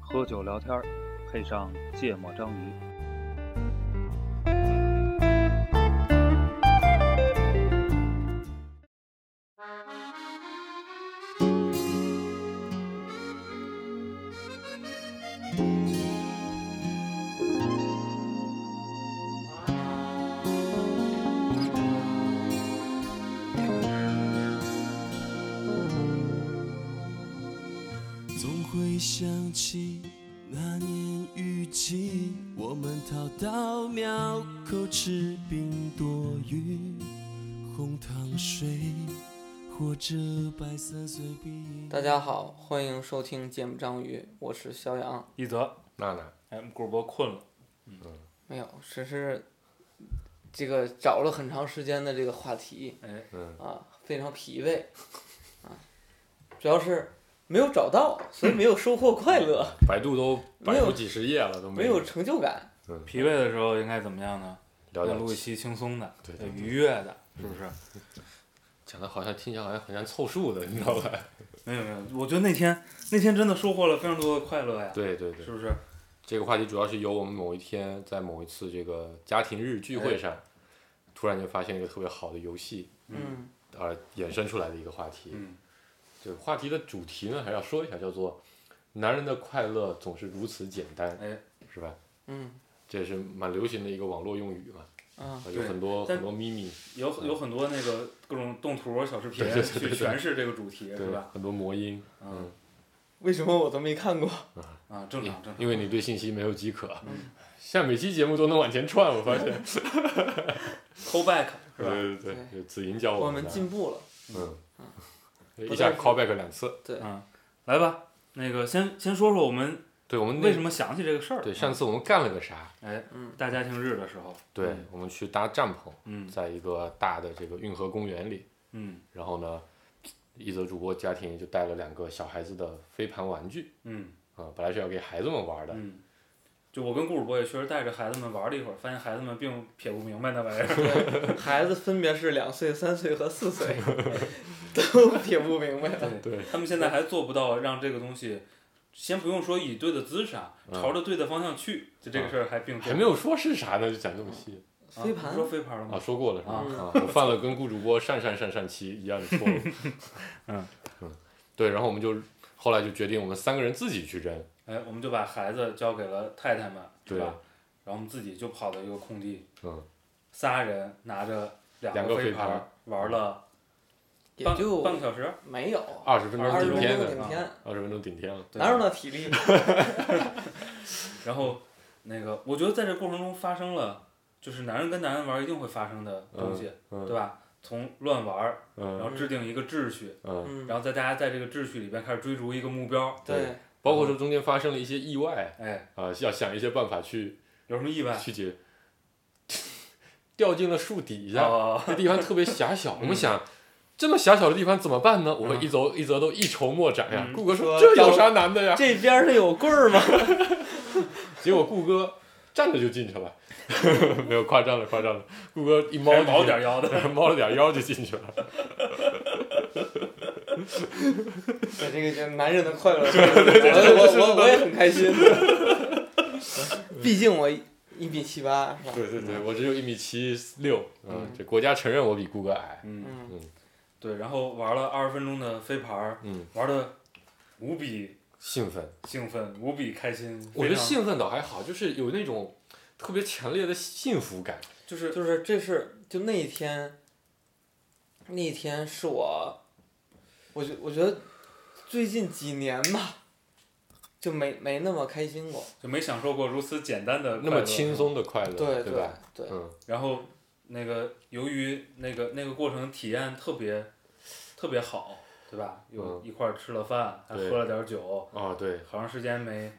喝酒聊天儿，配上芥末章鱼。总会想起那年雨季，我们逃到庙口吃冰多鱼、红糖水或者白色碎冰。大家好，欢迎收听《节目章鱼》，我是肖阳。一泽，娜娜，哎，顾波困了，没有，只是这个找了很长时间的这个话题哎，嗯，啊，非常疲惫啊，主要是没有找到，所以没有收获快乐，百度都百度几十页了，都没有成就感。疲惫的时候应该怎么样呢？聊要点录嗯一期轻松的、对对对愉悦的，是不是？讲的好像听起来好像很像凑数的，你知道吧？ 没有没有，我觉得那天那天真的收获了非常多的快乐呀，对对对是，不是？这个话题主要是由我们某一天在某一次这个家庭日聚哎会上，突然就发现一个特别好的游戏嗯而衍生出来的一个话题。嗯，这个话题的主题呢，还是要说一下，叫做“男人的快乐总是如此简单哎，”，是吧？嗯这也是蛮流行的一个网络用语嘛，啊，有对很多但很多秘密，有有很多那个各种动图小视频对对对对去诠释这个主题，对是吧？很多魔音，嗯为什么我都没看过？啊，正常正常。嗯因为你对信息没有饥渴。像每期节目都能往前串，我发 现。 call back 是吧？对对对对，子莹教哦我们们的进步了。嗯，不一但下是 callback 两次。嗯，来吧，那个先先说说我们对，我们那为什么想起这个事儿。对上次我们干了个啥？哎嗯，大家庭日的时候，对，我们去搭帐篷，嗯在一个大的这个运河公园里，嗯然后呢，一则主播家庭就带了两个小孩子的飞盘玩具嗯啊，本来是要给孩子们玩的，嗯，就我跟顾主播也确实带着孩子们玩了一会儿，发现孩子们并撇不明白那玩意 儿。对，孩子分别是两岁、三岁和四 岁，都撇不明白啊了。对他们现在还做不到让这个东西，先不用说以对的姿势啊，嗯朝着对的方向去，就这个事儿还并还没有说是啥呢，就讲这么细啊飞盘你说飞盘了啊，吗？说过了是吧？嗯啊，我犯了跟顾主播上上上上期一样的错误。嗯嗯，对，然后我们就后来就决定我们三个人自己去扔，哎，我们就把孩子交给了太太们，是对吧？然后我们自己就跑到一个空地，嗯，仨人拿着两两个飞飞盘盘玩了也半就半个小时，没有二十分二钟二十十啊顶分天钟的，啊顶天，二十分钟顶天了。对哪有那体力？然后那个，我觉得在这过程中发生了，就是男人跟男人玩一定会发生的东西，嗯对吧？从乱玩儿，然嗯后制定一个秩序，嗯，嗯，然后在大家在这个秩序里边开始追逐一个目标，对，包括说中间发生了一些意外哎，啊、要想一些办法去有什么意外？去解，掉进了树底下，哦，这地方特别狭 小。我嗯们想，这么狭小的地方怎么办呢？我嗯们一走一则都一筹莫展呀嗯。顾哥说说这要有啥难的呀？这边是有棍儿吗？结果顾哥站着就进去了， 没有夸张了，夸张了。顾哥一猫还就是毛进点儿腰的， 猫了点腰就进去了，对，这个就是男人的快乐。我我我我也很开心。毕竟我一米七八，是吧？对对对，嗯我只有一米七六，嗯，这国家承认我比顾哥矮，嗯，嗯，对，然后玩了二十分钟的飞盘儿，嗯，玩的无比兴奋，兴奋，无比开心，我觉得非常兴奋倒还好，就是有那种特别强烈的幸福感。就是就是这是就那一天，那一天是我，我觉我觉得最近几年吧，就没没那么开心过。就没享受过如此简单的那快么乐轻松的快乐，对对吧？对，嗯，然后那个由于那个那个过程体验特别特别好，对吧？有嗯一块儿吃了饭，还对喝了点儿酒，哦对，好长时间没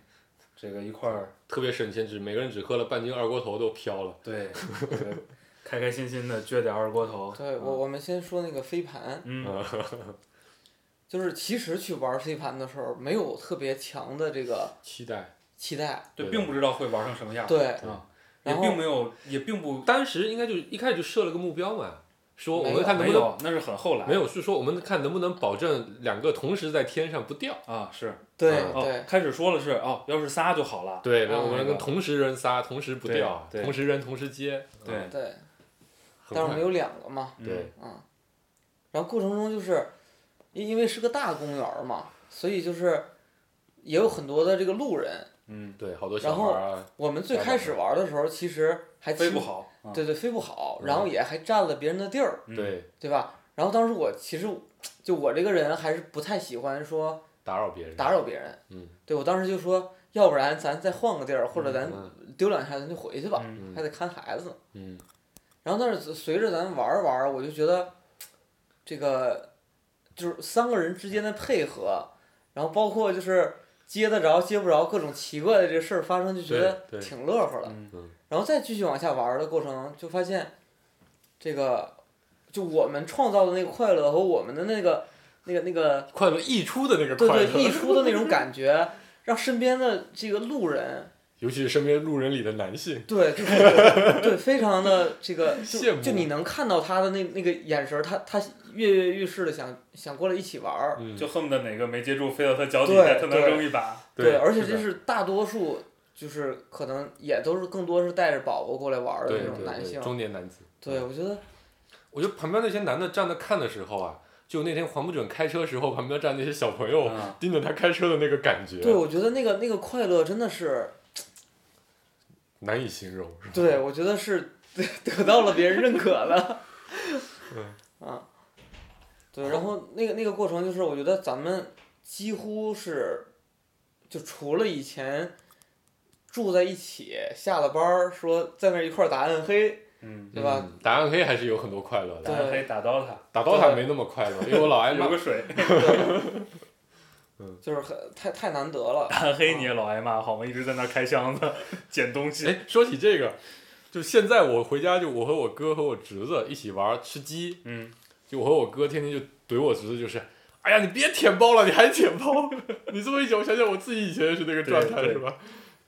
这个一块儿特别省钱，只每个人只喝了半斤二锅头都飘了。对这个开开心心的撅点二锅头。对我我们先说那个飞盘，嗯就是其实去玩飞盘的时候，没有特别强的这个期待，期待，对对，的并不知道会玩成什么样，对，啊，也然后并没有，也并不当时应该就是一开始就设了个目标嘛，说我没们有看能没不能有，那是很后来，没有，是说我们看能不能保证两个同时在天上不掉。啊，是对嗯哦对，开始说了是哦，要是仨就好了，对，嗯啊那我们那个能同时扔仨，同时不对掉，对同时扔，同时接。对嗯，对，很但是我快们。有两个嘛，嗯对，嗯，然后过程中就是，因因为是个大公园儿嘛，所以就是也有很多的这个路人。嗯，对，好多然小后孩儿啊，我们最开始玩的时候，其实还飞挺不，好，啊对对，飞不好，嗯然后也还占了别人的地儿，嗯对，对吧？然后当时我其实就我这个人还是不太喜欢说打扰别人，打扰别人，嗯，对我当时就说，要不然咱再换个地儿，或者咱嗯丢两下咱就回去吧，嗯还得看孩子呢。嗯，然后但是随着咱玩儿玩儿，我就觉得这个就是三个人之间的配合，然后包括就是接得着接不着各种奇怪的这事儿发生，就觉得对对挺乐呵的。嗯然后再继续往下玩儿的过程，就发现这个就我们创造的那个快乐和我们的那个那个那个快乐溢出的那个对快对乐，溢 出的那种感觉，让身边的这个路人尤其是身边路人里的男性，对，就是对，非常 的这个，羡就慕就你能看到他的那那个眼神儿，他他跃跃欲试的想想过来一起玩儿，嗯，就恨不得哪个没接住，飞到他脚底对下，他能对扔一把，对，而且这的是大多数，就是可能也都是更多是带着宝宝过来玩儿的对那对种男对性，中年男子，对我觉得我觉得旁边那些男的站着看的时候啊，就那天黄不准开车时候，旁边站那些小朋友嗯盯着他开车的那个感觉，对，我觉得那个那个快乐真的是，难以形容。是吧对我觉得是 得到了别人认可 了，啊，对，然后那个那个过程就是，我觉得咱们几乎是，就除了以前住在一起，下了班儿说在那儿一块儿打暗黑，嗯，对吧？嗯打暗黑还是有很多快乐的，打黑打刀他，打刀塔没那么快乐，因为我老挨骂流。个水，哎就是很太太难得了。 打黑你也老挨骂好吗？一直在那开箱子 捡东西， 哎，说起这个，就现在我回家就我和我哥和我侄子一起玩吃鸡，嗯，就我和我哥天天就怼我侄子，就是，哎呀，你别舔包了，你还舔包， 你这么一讲，我想想我自己以前是那个状态对对是吧？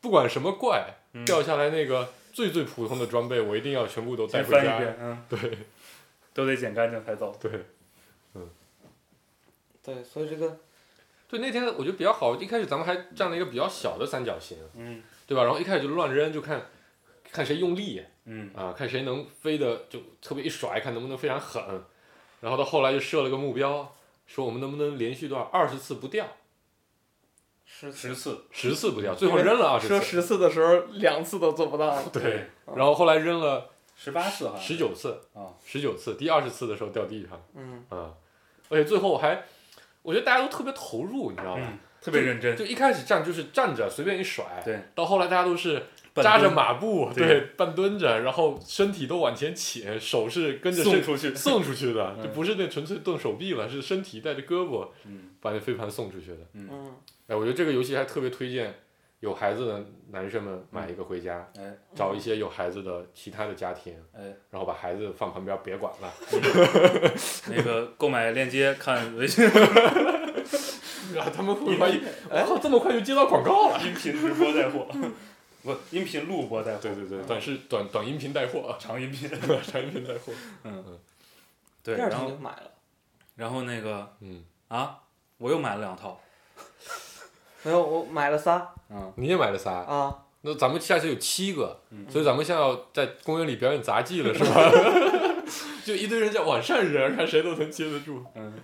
不管什么怪嗯掉下来那个最最普通的装备，我一定要全部都先带回翻一家。遍，嗯，对都得捡干净才走，对对，所以这个对，那天我觉得比较好，一开始咱们还占了一个比较小的三角形，嗯对吧？然后一开始就乱扔，就看看谁用力，嗯，啊，看谁能飞的就特别一甩，看能不能非常狠。然后到后来就设了个目标，说我们能不能连续多少二十次不掉，是十次，十次不掉，最后扔了二十说次。十次的时候，两次都做不到。 对，然后后来扔了十八次好像，十，九次啊，十九次，第二十次的时候掉地上嗯，啊，而且最后还，我觉得大家都特别投入，你知道吧？嗯，特别认真，就一开始站就是站着随便一甩，对，到后来大家都是半扎着蹲马步，对对，半蹲着，然后身体都往前倾，手是跟着送身出去，送出去 的，嗯就不是那纯粹动手臂了，是身体带着胳膊嗯把那飞盘送出去的。嗯，哎，我觉得这个游戏还特别推荐有孩子的男生们买一个回家，哎找一些有孩子的其他的家庭，哎，然后把孩子放旁边别管了，那个购买链接看微信 然后他们会发现，哎，这么快就接到广告 了。音频直播带 货，不，音频录播带货，对对对，短视短短音频带货啊， 长音频，长音频带货。对，第二然天就后买了，然后那个嗯，啊，我又买了两套，没有，我买了仨嗯，你也买了仨，啊，那咱们下次有七个，嗯所以咱们现在要在公园里表演杂技了，是吧？ 就一堆人在往上扔，看谁都能接得住。嗯，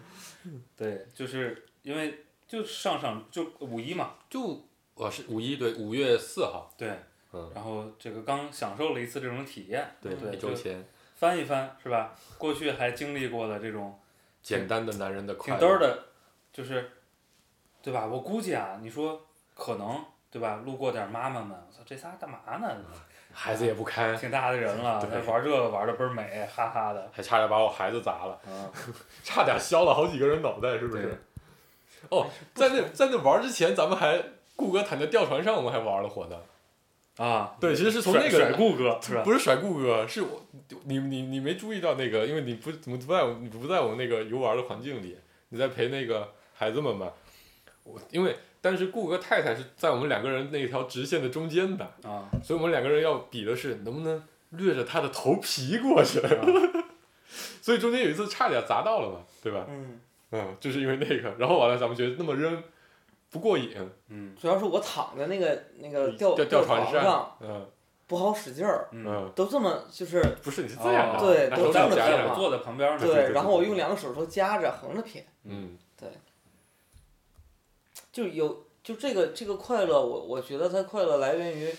对，就是因为就上上就五一嘛，就我是五一对五月四号，对，嗯然后这个刚享受了一次这种体验，对嗯一周前，翻一翻是吧？过去还经历过的这种简单的男人的快挺乐，嘚儿的，就是，对吧？我估计啊，你说可能对吧？路过点儿妈妈们，我操，这仨干嘛呢？孩子也不堪，挺大的人了，对还玩这个玩的倍儿美，哈哈的，还差点把我孩子砸了，嗯，差点削了好几个人脑袋，是不对是？哦，在那在那玩之前，咱们还顾哥躺在吊船上，我们还玩了火呢。啊，对，其实是从甩那甩个。顾哥是吧？不是甩顾哥，是我你你你没注意到那个，因为你不怎么不在我你不在我们那个游玩的环境里，你在陪那个孩子们嘛。我因为但是顾哥太太是在我们两个人那条直线的中间的，啊，所以我们两个人要比的是能不能掠着他的头皮过去。 所以中间有一次差点砸到了嘛，对吧？嗯，嗯，就是因为那个，然后完了咱们觉得那么扔不过瘾，嗯主要是我躺在那个那个吊掉掉床船上上，嗯不好使劲儿，嗯，嗯，都这么就是不是你是这样的，啊哦对拿都手我指在这我么夹撇着在嘛我坐在旁边呢，对对对，对然后我用两个手指头夹着横着撇，嗯就有就这个这个快乐，我我觉得它快乐来源于，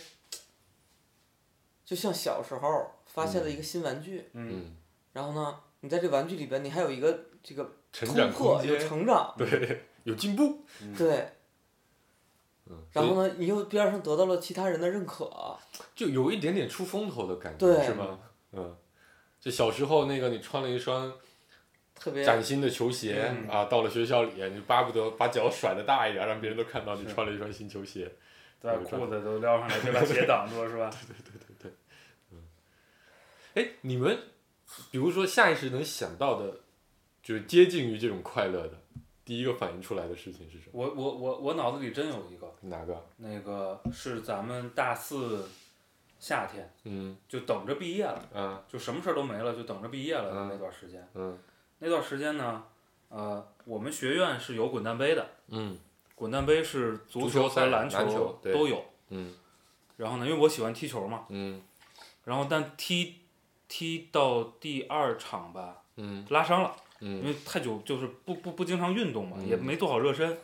就像小时候发现了一个新玩具，嗯嗯，然后呢，你在这玩具里边，你还有一个这个成突长空破，有间，成长，对，有进步，对，嗯，然后呢，你又边上得到了其他人的认可，就有一点点出风头的感觉，对是吧？嗯，就小时候那个你穿了一双特别崭新的球鞋、嗯啊，到了学校里，你巴不得把脚甩得大一点，让别人都看到你是穿了一双新球鞋。对吧，裤子都撩上来，对把鞋挡住了是吧？哎，你们比如说下意识能想到的，就是接近于这种快乐的，第一个反应出来的事情是什么？我我我我脑子里真有一个，哪个？那个是咱们大四夏天，嗯就等着毕业了，啊就什么事儿都没了，就等着毕业了的嗯那段时间。嗯那段时间呢，呃，我们学院是有滚蛋杯的，嗯滚蛋杯是足足球球赛和篮篮球对都有。嗯然后呢，因为我喜欢踢球嘛，嗯然后但踢踢到第二场吧，嗯拉伤了，因嗯，为太久就是不不不经常运动嘛，嗯也没做好热身，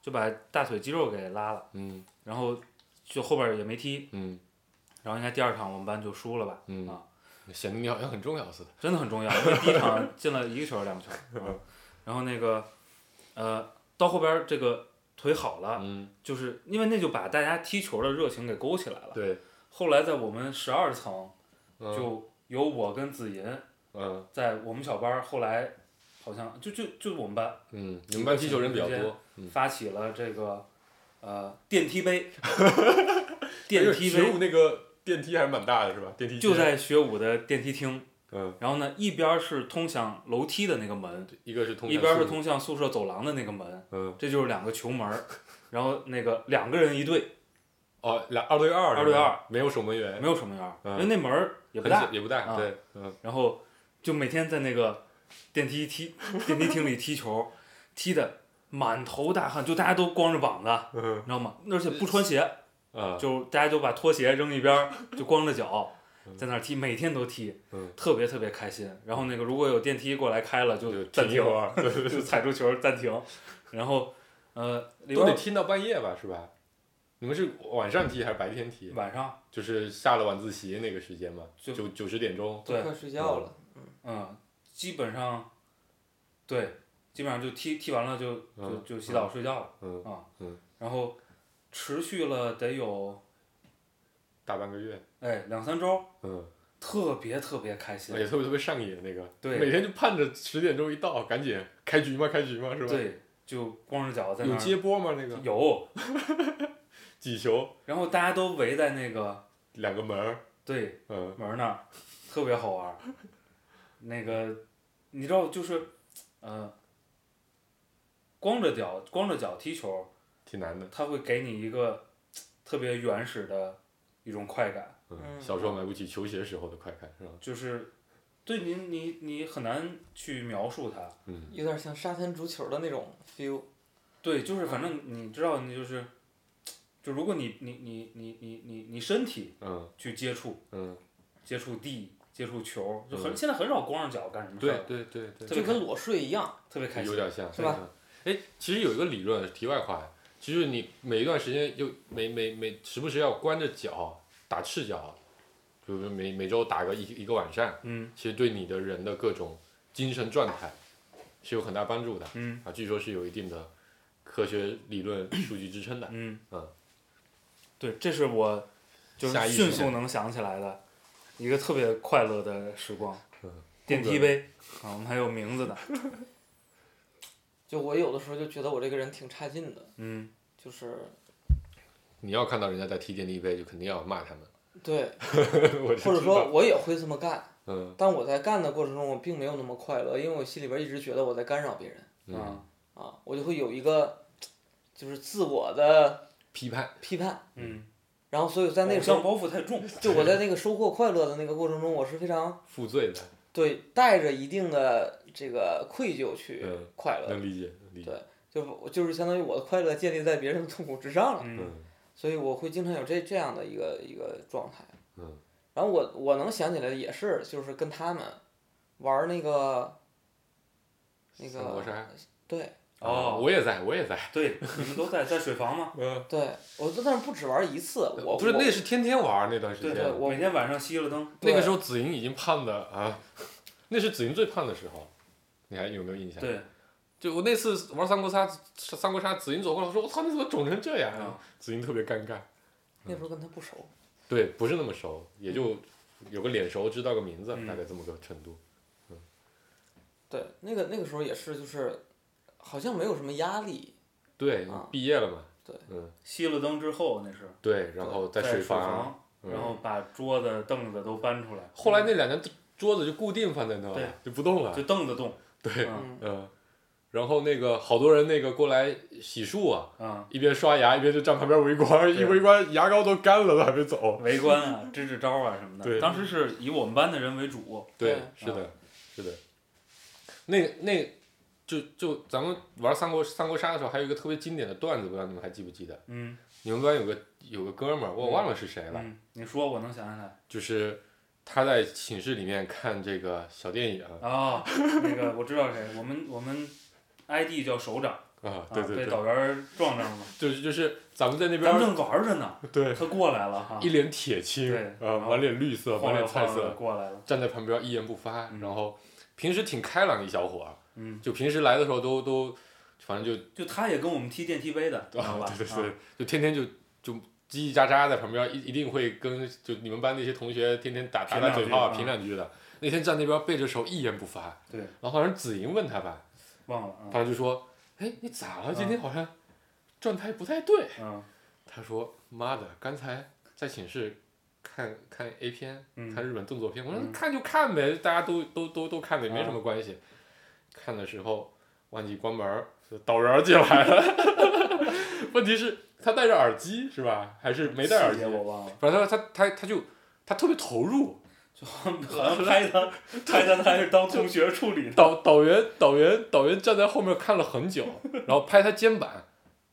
就把大腿肌肉给拉了，嗯然后就后边也没踢，嗯然后应该第二场我们班就输了吧，嗯啊，显得你好像很重要似的。真的很重要，因为第一 场进了一个球两个球，啊然后那个呃到后边这个腿好了，嗯，就是因为那就把大家踢球的热情给勾起来了。对，后来在我们十二层嗯就有我跟子银嗯在我们小班儿，后来好像就就就我们班嗯，你们班踢球人比较之间多，嗯，发起了这个呃电梯 杯，哎电呦梯学杯务那个电梯还是蛮大的是吧？电梯就间在学武的电梯厅，嗯，然后呢一边儿是通向楼梯的那个门，一个是通一向边儿宿是舍通向宿舍走廊的那个门，嗯这就是两个球门儿，然后那个两个人一队，哦两二对二是吧二对二没有守门员，没有守门员儿，因嗯为那门儿也不很大小，也不大，啊对，嗯然后就每天在那个电梯踢电梯厅里踢球，踢的满头大汗，就大家都光着膀子，嗯你知道吗？而且不穿鞋，啊就大家就把拖鞋扔一边儿，就光着脚在那儿踢，每天都踢嗯，特别特别开心。然后那个如果有电梯过来开了，就就停暂一停会儿， 就踩住球暂停，然后呃里都得边踢到半夜吧是吧？你们是晚上踢还是白天踢？晚上就是下了晚自习那个时间嘛，就九九十点钟，对快睡觉了，嗯基本上对基本上就踢踢完了就就嗯就洗澡睡觉了。嗯，啊，嗯然后持续了得有大半个月，哎两三周，嗯，特别特别开心，也特别特别上瘾那个，对每天就盼着十点钟一到，赶紧开局嘛，开局嘛是吧？，对，就光着脚在那有儿接波吗？那个有几球然后大家都围在那个两个门儿，对嗯门儿那儿，特别好玩儿。那个你知道就是，呃，光着脚光着脚踢球，挺难的，它会给你一个特别原始的一种快感。嗯，嗯小时候买不起球鞋时候的快感是吧？就是对你你你很难去描述它。嗯有点像沙滩足球的那种 feel，对，就是反正你知道，你就是，就如果你你你你你你你身体嗯去接触嗯，接触地接触球，就很、嗯现在很少光着脚干什么事对儿，对对对，特就别跟裸睡一样，特别开有心。点像是吧？哎，其实有一个理论，题外话，其实你每一段时间又每每每时不时要关着脚打赤脚，比如说每每周打个一一个晚上，嗯其实对你的人的各种精神状态是有很大帮助的嗯啊，据说是有一定的科学理论数据支撑的。嗯嗯对，这是我就是下意识迅速能想起来的一个特别快乐的时光。嗯电梯杯啊，我们还有名字的。就我有的时候就觉得我这个人挺差劲的，嗯，就是你要看到人家在踢电力杯，就肯定要骂他们，对， 我就或者知道说，我也会这么干，嗯但我在干的过程中，我并没有那么快乐，因为我心里边一直觉得我在干扰别人嗯啊啊，我就会有一个就是自我的批判，批判，嗯，然后所以在那偶个时候，像包袱太重，嗯就我在那个收获快乐的那个过程中，我是非常负罪的，对带着一定的这个愧疚去嗯快乐，能理解，能理解对，就是就是相当于我的快乐建立在别人的痛苦之上了，嗯嗯所以我会经常有这这样的一个一个状态。嗯然后我我能想起来的也是，就是跟他们玩儿那个那三国个杀，对哦，啊我也在，我也在，对，你们都在在水房吗？嗯，对，我但是不止玩儿一次，我呃不是我那是天天玩儿那段时对间，我每天晚上熄了灯，那个时候候子莹已经胖的啊， 那是子莹最胖的时候，你还有没有印象？对，就我那次玩三国杀，三国杀子莹走过来，我说我操，你怎么肿成这样啊？子莹特别尴尬，那时候跟他不熟，对，不是那么熟，也就有个脸熟，知道个名字，嗯大概这么个程度。对那个那个时候也是就是好像没有什么压力，对啊，毕业了嘛，对嗯，熄了灯之后那是对，然后在水水房，嗯然后把桌子凳子都搬出来，后来那两张桌子就固定放在那对了，就不动了就，凳子动，对，嗯嗯，嗯，然后那个好多人那个过来洗漱啊，嗯，一边刷牙一边就站旁边围观，一围观牙膏都干了都还没走。围观啊， 支支招啊什么的。对当时是以我们班的人为主，对对，是的，是的。那那，就就咱们玩三国三国杀的时候，还有一个特别经典的段子，不知道你们还记不记得？嗯你们班有个有个哥们儿，我忘了是谁了，嗯，你说我能想起来就是他在寝室里面看这个小电影啊，啊， 那个我知道谁，我们我们 ID 叫首长，啊对对被对，导员撞上了嘛，就是就是咱们在那边咱们正儿玩着呢，对他过来了哈一，脸铁青对啊，然后满脸绿色，晃满悠脸菜晃悠色，过来了，站在旁边一言不发，嗯然后平时挺开朗一小伙儿，嗯，就平时来的时候都都，反正就就他也跟我们踢电梯杯的，知道吧？对对啊对，就天天就就叽叽喳喳在旁边，一一定会跟就你们班那些同学天天打打评打两嘴句炮、嗯评两句的。那天站那边背着手一言不发，对然后好像是子莹问他吧，忘了啊，他就说：“哎，你咋了？嗯今天好像状态不太对。嗯，”他说：“妈的，刚才在寝室看看 A 片，嗯看日本动作片。”我说嗯：“看就看呗，大家都都都都看的，也没啊什么关系。”看的时候忘记关门儿，就导员儿进来了。 问题是，他戴着耳机是吧？还是没戴耳细机节？我 忘了，反正他他他就他特别投入，好像拍他拍他他还是当同学处 理的，导导员导员导员站在后面看了很久，然后拍他肩膀，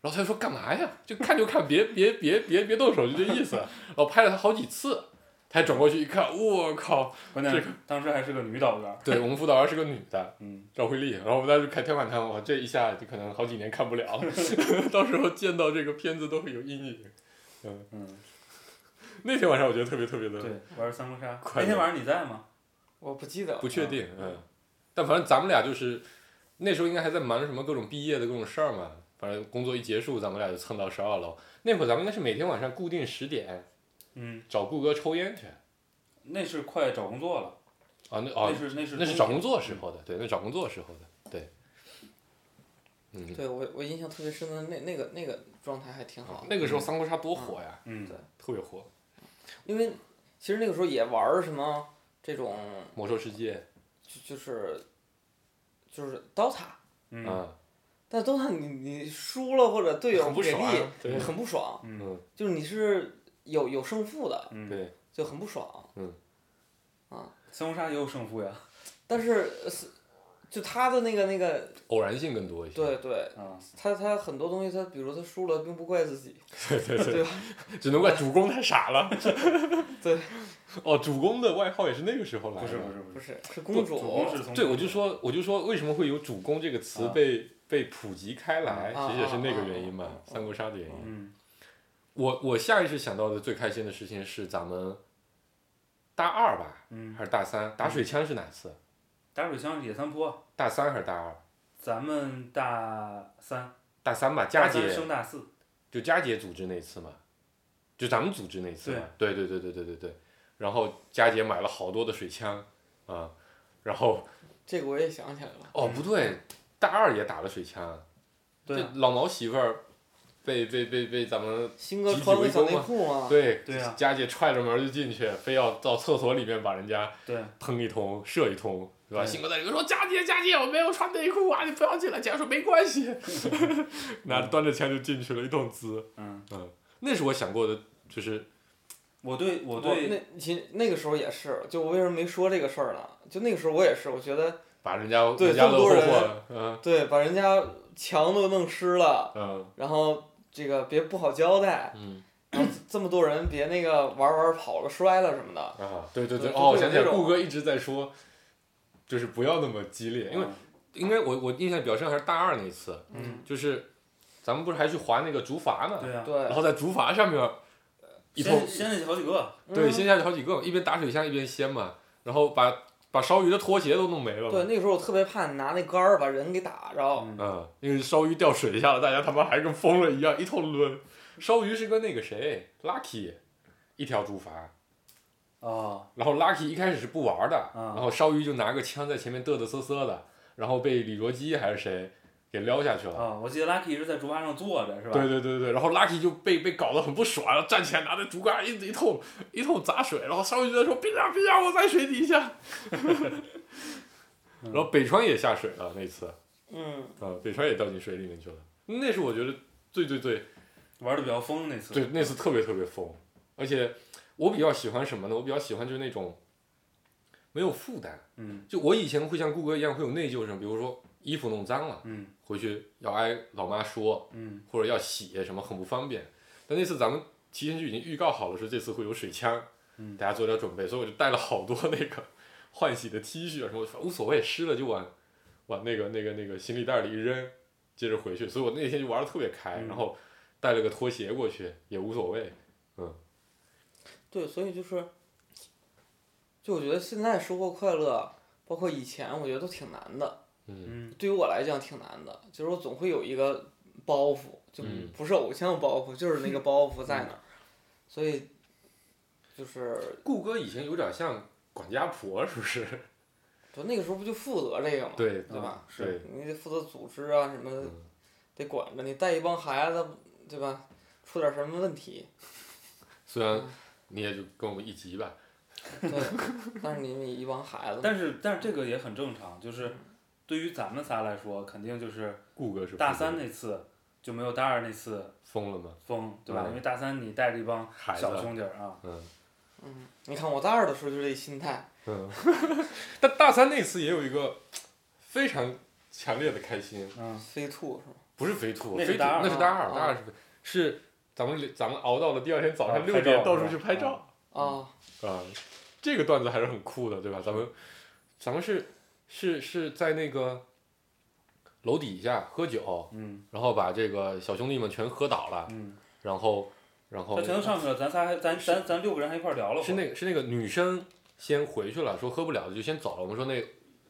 然后他就说干嘛呀？就看就看，别别别别别动手，就这意思。然后拍了他好几次，他转过去一看，我靠！关键这是当时还是个女导员，对我们辅导员是个女的，嗯。赵慧丽，然后我们当时看天晚谈，哇，这一下就可能好几年看 不了，到时候见到这个片子都会有阴影。嗯，嗯，那天晚上我觉得特别特别的对，玩三国杀。那快乐天晚上你在吗？我不记得不，确定，嗯，但反正咱们俩就是那时候应该还在忙着什么各种毕业的各种事儿嘛，反正工作一结束，咱们俩就蹭到十二楼。那会儿咱们应该是每天晚上固定十点嗯，找顾哥抽烟去那是快找工作了，啊，那啊那是那是那是中找工作时候的，对，那找工作时候的，对，嗯，对我我印象特别深的那那个那个状态还挺好的，那个时候三国杀多火呀，嗯对特别火，因为其实那个时候也玩儿什么这种魔兽世界，就就是就是 DOTA，嗯嗯，但 DOTA 你你输了或者队友很不给力爽啊，对很不爽，嗯嗯，就是你是有有胜负的，嗯，对，就很不爽。三国杀也有胜负呀，但是呃是就他的那个那个，偶然性更多一些。对对，啊，他他很多东西，他比如他输了，并不怪自己，对对吧？ 只能怪主公太傻了。 对。哦，主公的外号也是那个时候来的。不是不是不不是，是是公主公主，是从对，我就说，我就说，为什么会有“主公”这个词啊被、被普及开来，啊其实也是那个原因嘛，啊啊啊三国杀的原因。嗯我我下意识想到的最开心的事情是咱们大二吧，嗯，还是大三打水枪是哪次？打水枪是野三坡，大三还是大二？咱们大三，大三吧，佳大三姐升大四，就佳姐组织那次嘛，就咱们组织那次嘛，对对对对对对对。然后佳姐买了好多的水枪啊、然后这个我也想起来了，哦，不对，大二也打了水枪。对啊这老毛媳妇儿被被被被咱们新哥穿个小内裤嘛，对对啊佳姐踹着门就进去，非要到厕所里面把人家对，啊喷一通射一通，对吧？对新哥在里面说：“佳姐佳姐，我没有穿内裤啊，你不要进来。”佳姐说：“没关系。” 拿着端着枪就进去了，一通滋。嗯，那是我想过的，就是我对我我对那其实那个时候也是，就我为什么没说这个事儿呢？就那个时候我也是，我觉得把人家对人家这乐么多霍人霍，嗯对，把人家墙都弄湿了，嗯然后这个别不好交代，嗯这么多人别那个玩儿玩儿跑了摔了什么的。啊，对对对，对哦，我就会有想起来，这种顾哥一直在说，就是不要那么激烈，啊因为啊应该我我印象比较深还是大二那次，嗯，就是咱们不是还去划那个竹筏呢，对啊，对呃然，后在竹筏上面一通先先那好几个，对，嗯先下去好几个，一边打水枪一边掀嘛，然后把把烧鱼的拖鞋都弄没了嘛。对，那个时候我特别怕拿那杆儿把人给打着。嗯嗯，因为烧鱼掉水下了，大家他妈还跟疯了一样一通抡。烧鱼是跟那个谁 Lucky 一条竹筏，啊，然后 Lucky 一开始是不玩的，嗯然后烧鱼就拿个枪在前面嘚嘚瑟瑟的，然后被李卓基还是谁给撩下去了。啊，我记得 Lucky 是在竹筏上坐着，是吧？对对对对，然后 Lucky 就被被搞得很不爽，然后站起来拿着竹竿一一通一通砸水，然后烧鱼就在说别呀别呀，我在水底 下。然后北川也下水了那次，啊、嗯，北川也掉进水里面去了，那是我觉得最最最玩的比较疯那次。对，那次特别特别疯，而且我比较喜欢什么呢？我比较喜欢就是那种没有负担，嗯就我以前会像顾哥一样会有内疚症，比如说衣服弄脏了，嗯回去要挨老妈说，嗯或者要洗什么很不方便。但那次咱们提前就已经预告好了，说这次会有水枪，嗯大家做点准备，所以我就带了好多那个换洗的 T 恤啊什么，无所谓，湿了就往往那个那个那个行李袋里一扔，接着回去。所以我那天就玩的特别开，嗯然后带了个拖鞋过去也无所谓。对，所以就是，就我觉得现在收获快乐，包括以前，我觉得都挺难的。嗯嗯对于我来讲挺难的，就是我总会有一个包袱，就嗯不是偶像包袱，就是那个包袱在那 儿，所以就是顾哥以前有点像管家婆，是不是？就那个时候不就负责这个嘛，对对吧？啊对是，你得负责组织啊什么嗯，得管着，你带一帮孩子，对吧？出点什么问题，虽然你也就跟我们一级吧， 对，但是你们一帮孩子嘛，但是但是这个也很正常，就是对于咱们仨来说，肯定就是顾哥是大负责三那次就没有大二那次疯了吗？疯，对吧？嗯因为大三你带着一帮孩子小兄弟儿啊，嗯。嗯，你看我大二的时候就这心态，嗯， 但大三那次也有一个非常强烈的开心，嗯飞兔是吗？不是飞兔，那是飞兔大二那是大二，啊大二是是咱们咱们熬到了第二天早上啊六拍照点到是处吧去拍照啊、啊，这个段子还是很酷的，对吧？咱们咱们是是是在那个楼底下喝酒，嗯然后把这个小兄弟们全喝倒了，嗯，然后然后他全都上去了，咱仨还咱咱咱六个人还一块儿聊了会儿是那个是那个女生先回去了，说喝不了就先走了。我们说那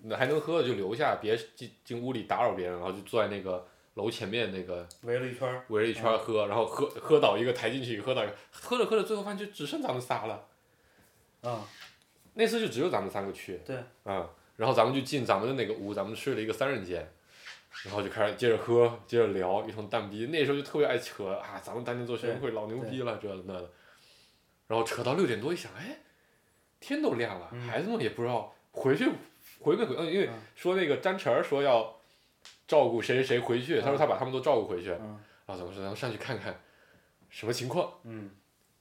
那还能喝的就留下，别进进屋里打扰别人。然后就坐在那个楼前面那个围了一圈儿，围着一圈儿喝，然后喝喝倒一个抬进去，喝倒一个，喝着喝着最后发现就只剩咱们仨了。啊，那次就只有咱们三个去。对。嗯，然后咱们就进咱们的那个屋，咱们睡了一个三人间，然后就开始接着喝，接着聊，一通蛋逼。那时候就特别爱扯啊，咱们当年做学生会老牛逼了，这那的。然后扯到六点多一想，哎，天都亮了，嗯孩子们也不知道回去回没回，嗯，因为嗯说那个詹晨儿说要照顾谁谁谁回去，他说嗯他把他们都照顾回去，嗯然后咱们说咱们上去看看什么情况。嗯，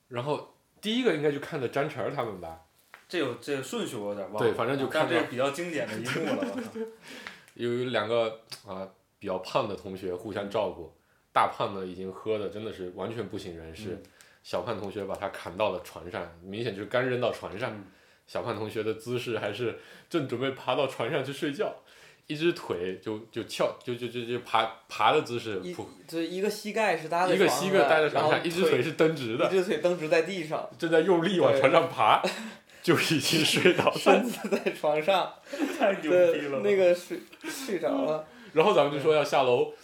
然后第一个应该就看的詹晨儿他们吧，这有这顺序我有点忘了，啊对反正就看但到这是比较经典的一幕了，我 操，有有两个啊、比较胖的同学互相照顾，大胖的已经喝的真的是完全不省人事，嗯小胖同学把他砍到了船上，明显就是干扔到船上。嗯小胖同学的姿势还是正准备爬到船上去睡觉，一只腿就就翘就就就就爬爬的姿势，一扑对一个膝盖是搭在嗯一个床膝上盖的待在然船后上，一只腿是蹬直一的，只腿蹬直在地 上，正在用力往对船上爬，就已经睡 倒了。身子在床上，太牛逼对了，，那个睡睡着了，然后咱们就说要下楼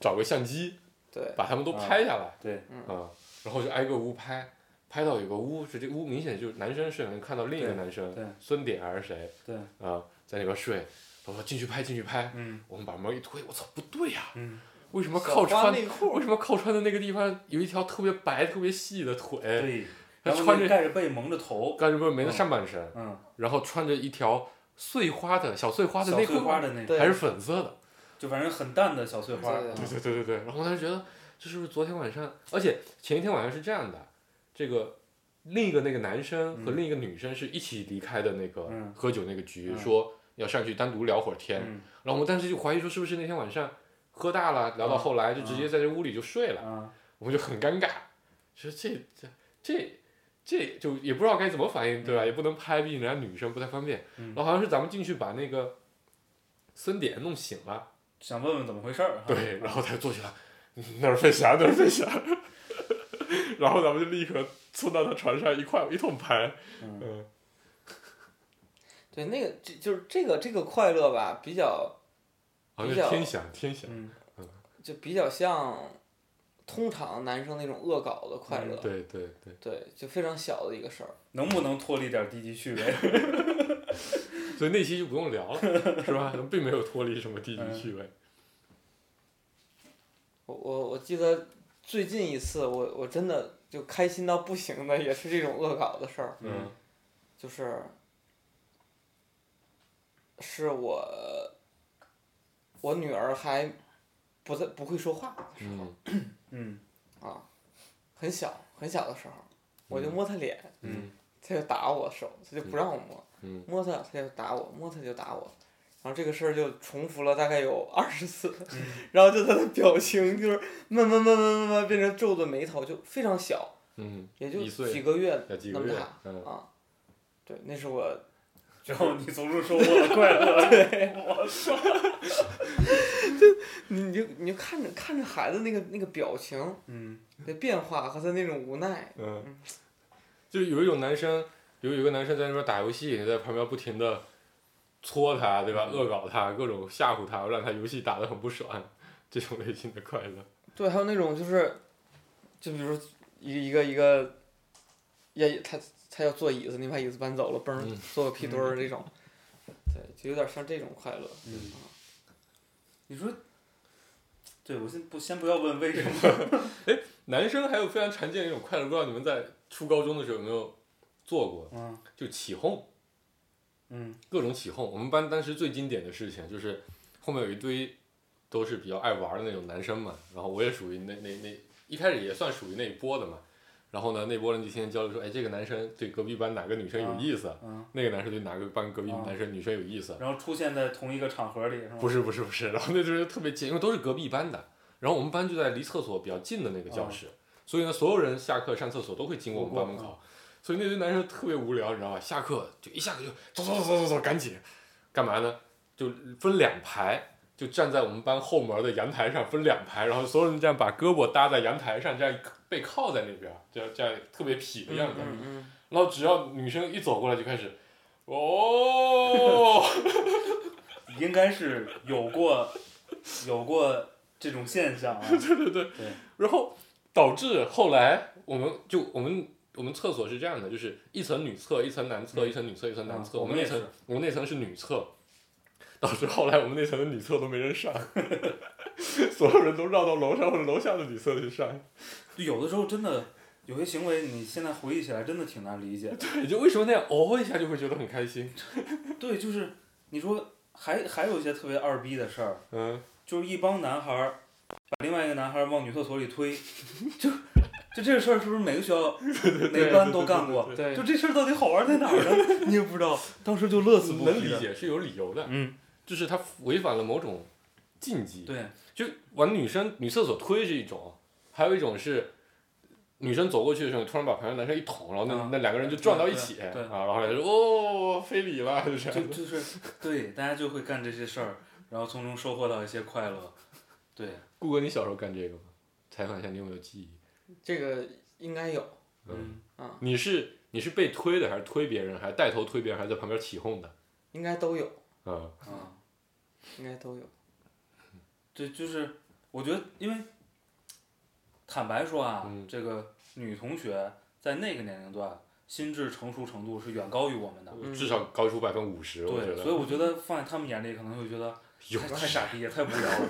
找个相机，对，嗯把他们都拍下来。对，啊，然后就挨个屋拍，拍到有个屋，是这屋明显就是男生睡，能看到另一个对男生对，孙点还是谁，对啊，在里边睡，我说进去拍，进去拍，嗯我们把门一推，我操，不对呀、嗯为什么小靠花穿内裤为，什么靠穿的那个地方有一条特别白、特别细的腿？对，他然后穿那着盖着被蒙着头，干什么没的嗯上半身，嗯，然后穿着一条碎花的小碎花的小内碎裤，花的那对个，还是粉色的。就反正很淡的小碎花，对对对嗯对对对对。然后我当时觉得这是不是昨天晚上？而且前一天晚上是这样的，这个另一个那个男生和嗯另一个女生是一起离开的那个嗯喝酒那个局，嗯说要上去单独聊会儿天。嗯然后我们当时就怀疑说是不是那天晚上喝大了，聊嗯到后来就直接在这屋里就睡了，啊，我们就很尴尬，说这这这这就也不知道该怎么反应，对吧？也不能拍，毕竟人家女生不太方便。嗯然后好像是咱们进去把那个森典弄醒了。想问问怎么回事儿，对，然啊后他就坐起来，那是飞侠，那是飞侠。 然后咱们就立刻冲到他船上一块一通拍，嗯嗯，对，那个就就是这个这个快乐吧，比较好像比是较天翔，天翔，嗯，就比较像通常男生那种恶搞的快乐，对对对，对，就非常小的一个事儿。能不能脱离点低级趣味？所以那期就不用聊了，是吧？并没有脱离什么地嗯级趣味，我我我记得最近一次我我真的就开心到不行的，也是这种恶搞的事儿，嗯，就是是我我女儿还不在不会说话的时候、嗯嗯啊，很小很小的时候，我就摸她脸，嗯她就打我手，她就不让我摸。嗯，摸它它就打我，摸它就打我，然后这个事儿就重复了大概有二十次，嗯然后就他的表情就是慢慢慢慢慢慢变成皱的眉头，就非常小，嗯，也就一岁几个月要几那个么月大，嗯，啊。对，那是我然后你从中收获了快乐， 你你就你就看着看着孩子那个那个表情嗯的变化和他那种无奈，嗯，就有一种男生，有有一个男生在那边打游戏，在旁边不停的搓他，对吧？嗯恶搞他，各种吓唬他，让他游戏打得很不爽，这种类型的快乐，对，还有那种就是，就比如说一个一个一个，也他他要坐椅子，你把椅子搬走了，嘣儿嗯坐个屁墩儿这种，对，就有点像这种快乐。嗯，你说，对我先不先不要问为什么， 男生还有非常常见的一种快乐，不知道你们在初高中的时候有没有做过？嗯就起哄，嗯各种起哄。我们班当时最经典的事情就是后面有一堆都是比较爱玩的那种男生嘛，然后我也属于那那那一开始也算属于那一波的嘛。然后呢，那波人就天天交流说，哎，这个男生对隔壁班哪个女生有意思，啊嗯，那个男生对哪个班隔壁啊男生、女生有意思。然后出现在同一个场合里是吗？ 不是不是不是，然后那就是特别近，因为都是隔壁班的，然后我们班就在离厕所比较近的那个哦教室，所以呢，所有人下课上厕所都会经过我们班门口，所以那堆男生特别无聊，你知道吧？下课就一下课就走走走走走走，赶紧，干嘛呢？就分两排，就站在我们班后门的阳台上分两排，然后所有人这样把胳膊搭在阳台上，这样背靠在那边，这样这样特别痞的样子，嗯嗯，然后只要女生一走过来就开始，哦。应该是有过有过这种现象 啊，然后导致后来我们就我们我们厕所是这样的，就是一层女厕，一层男厕，一层女厕，一层男厕。嗯我我们们那也是层我们那层是女厕，导致后来我们那层的女厕都没人上， 所有人都绕到楼上或者楼下的女厕去上。就有的时候真的有些行为，你现在回忆起来真的挺难理解的。对，就为什么那样哦一下就会觉得很开心？对，就是你说还还有一些特别二逼的事儿，嗯，就是一帮男孩儿把另外一个男孩儿往女厕所里推，就就这个事儿是不是每个学 校每个班都干过？对就这事儿到底好玩在哪儿呢？ 嗯你也不知道，当时就乐此不能疲理的。解是有理由的，嗯，就是他违反了某种禁忌。对，就往女生女厕所推是一种，还有一种是女生走过去的时候，突然把旁边男生一捅，然后那、啊那两个人就撞到一起，对对对啊，然后俩人说哦非礼了，就这就样。就是对，大家就会干这些事儿，然后从中收获到一些快乐。对，顾哥，你小时候干这个吗？采访一下你有没有记忆？这个应该有，嗯，你是你是被推的，还是推别人，还是带头推别人，还是在旁边起哄的？应该都有，嗯啊，应该都有。对，就是我觉得，因为坦白说啊，嗯这个女同学在那个年龄段心智成熟程度是远高于我们的。嗯至少高出百分五十，我觉对，得。所以我觉得放在他们眼里可能会觉得有 太太傻逼，也太无聊了。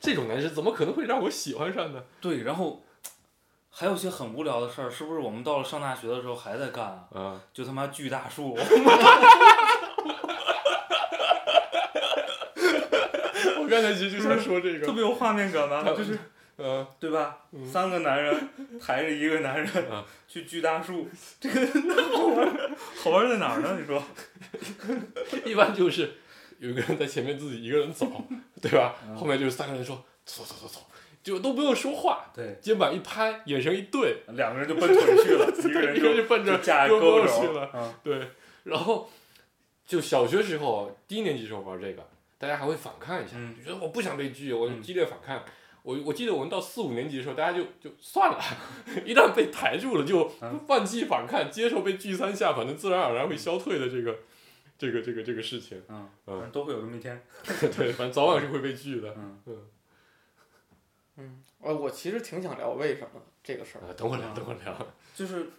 这种男生怎么可能会让我喜欢上呢？对，然后还有一些很无聊的事儿，是不是我们到了上大学的时候还在干啊？啊，就他妈锯大 树，我刚才其实就想说这特个，别有画面感吧？就是嗯，对吧？三个男人抬着一个男人嗯 去锯大树，这 个好玩好玩在哪儿呢？你说？ 一般就是有一个人在前面自己一个人走，对吧？嗯 后面就是三个人说走走走走，就都不用说话，对，肩膀一拍，眼神一对，两个人就奔腿去了， 一个人一个人就就奔着架胳胳膊肘去了嗯啊，对，然后就小学时候低年级时候玩这个，大家还会反抗一下，嗯就觉得我不想被拒，我就嗯激烈反抗。我我记得我们到四五年级的时候，大家就就算了， 一旦被抬住了，就嗯放弃反抗，接受被拒三下，反正自然而然会消退的这个这个这个这个事情。嗯，嗯反正都会有这么一天。 对，反正早晚是会被拒的。嗯嗯，呃，我其实挺想聊为什么这个事儿。啊，等我嗯聊，等我聊。就是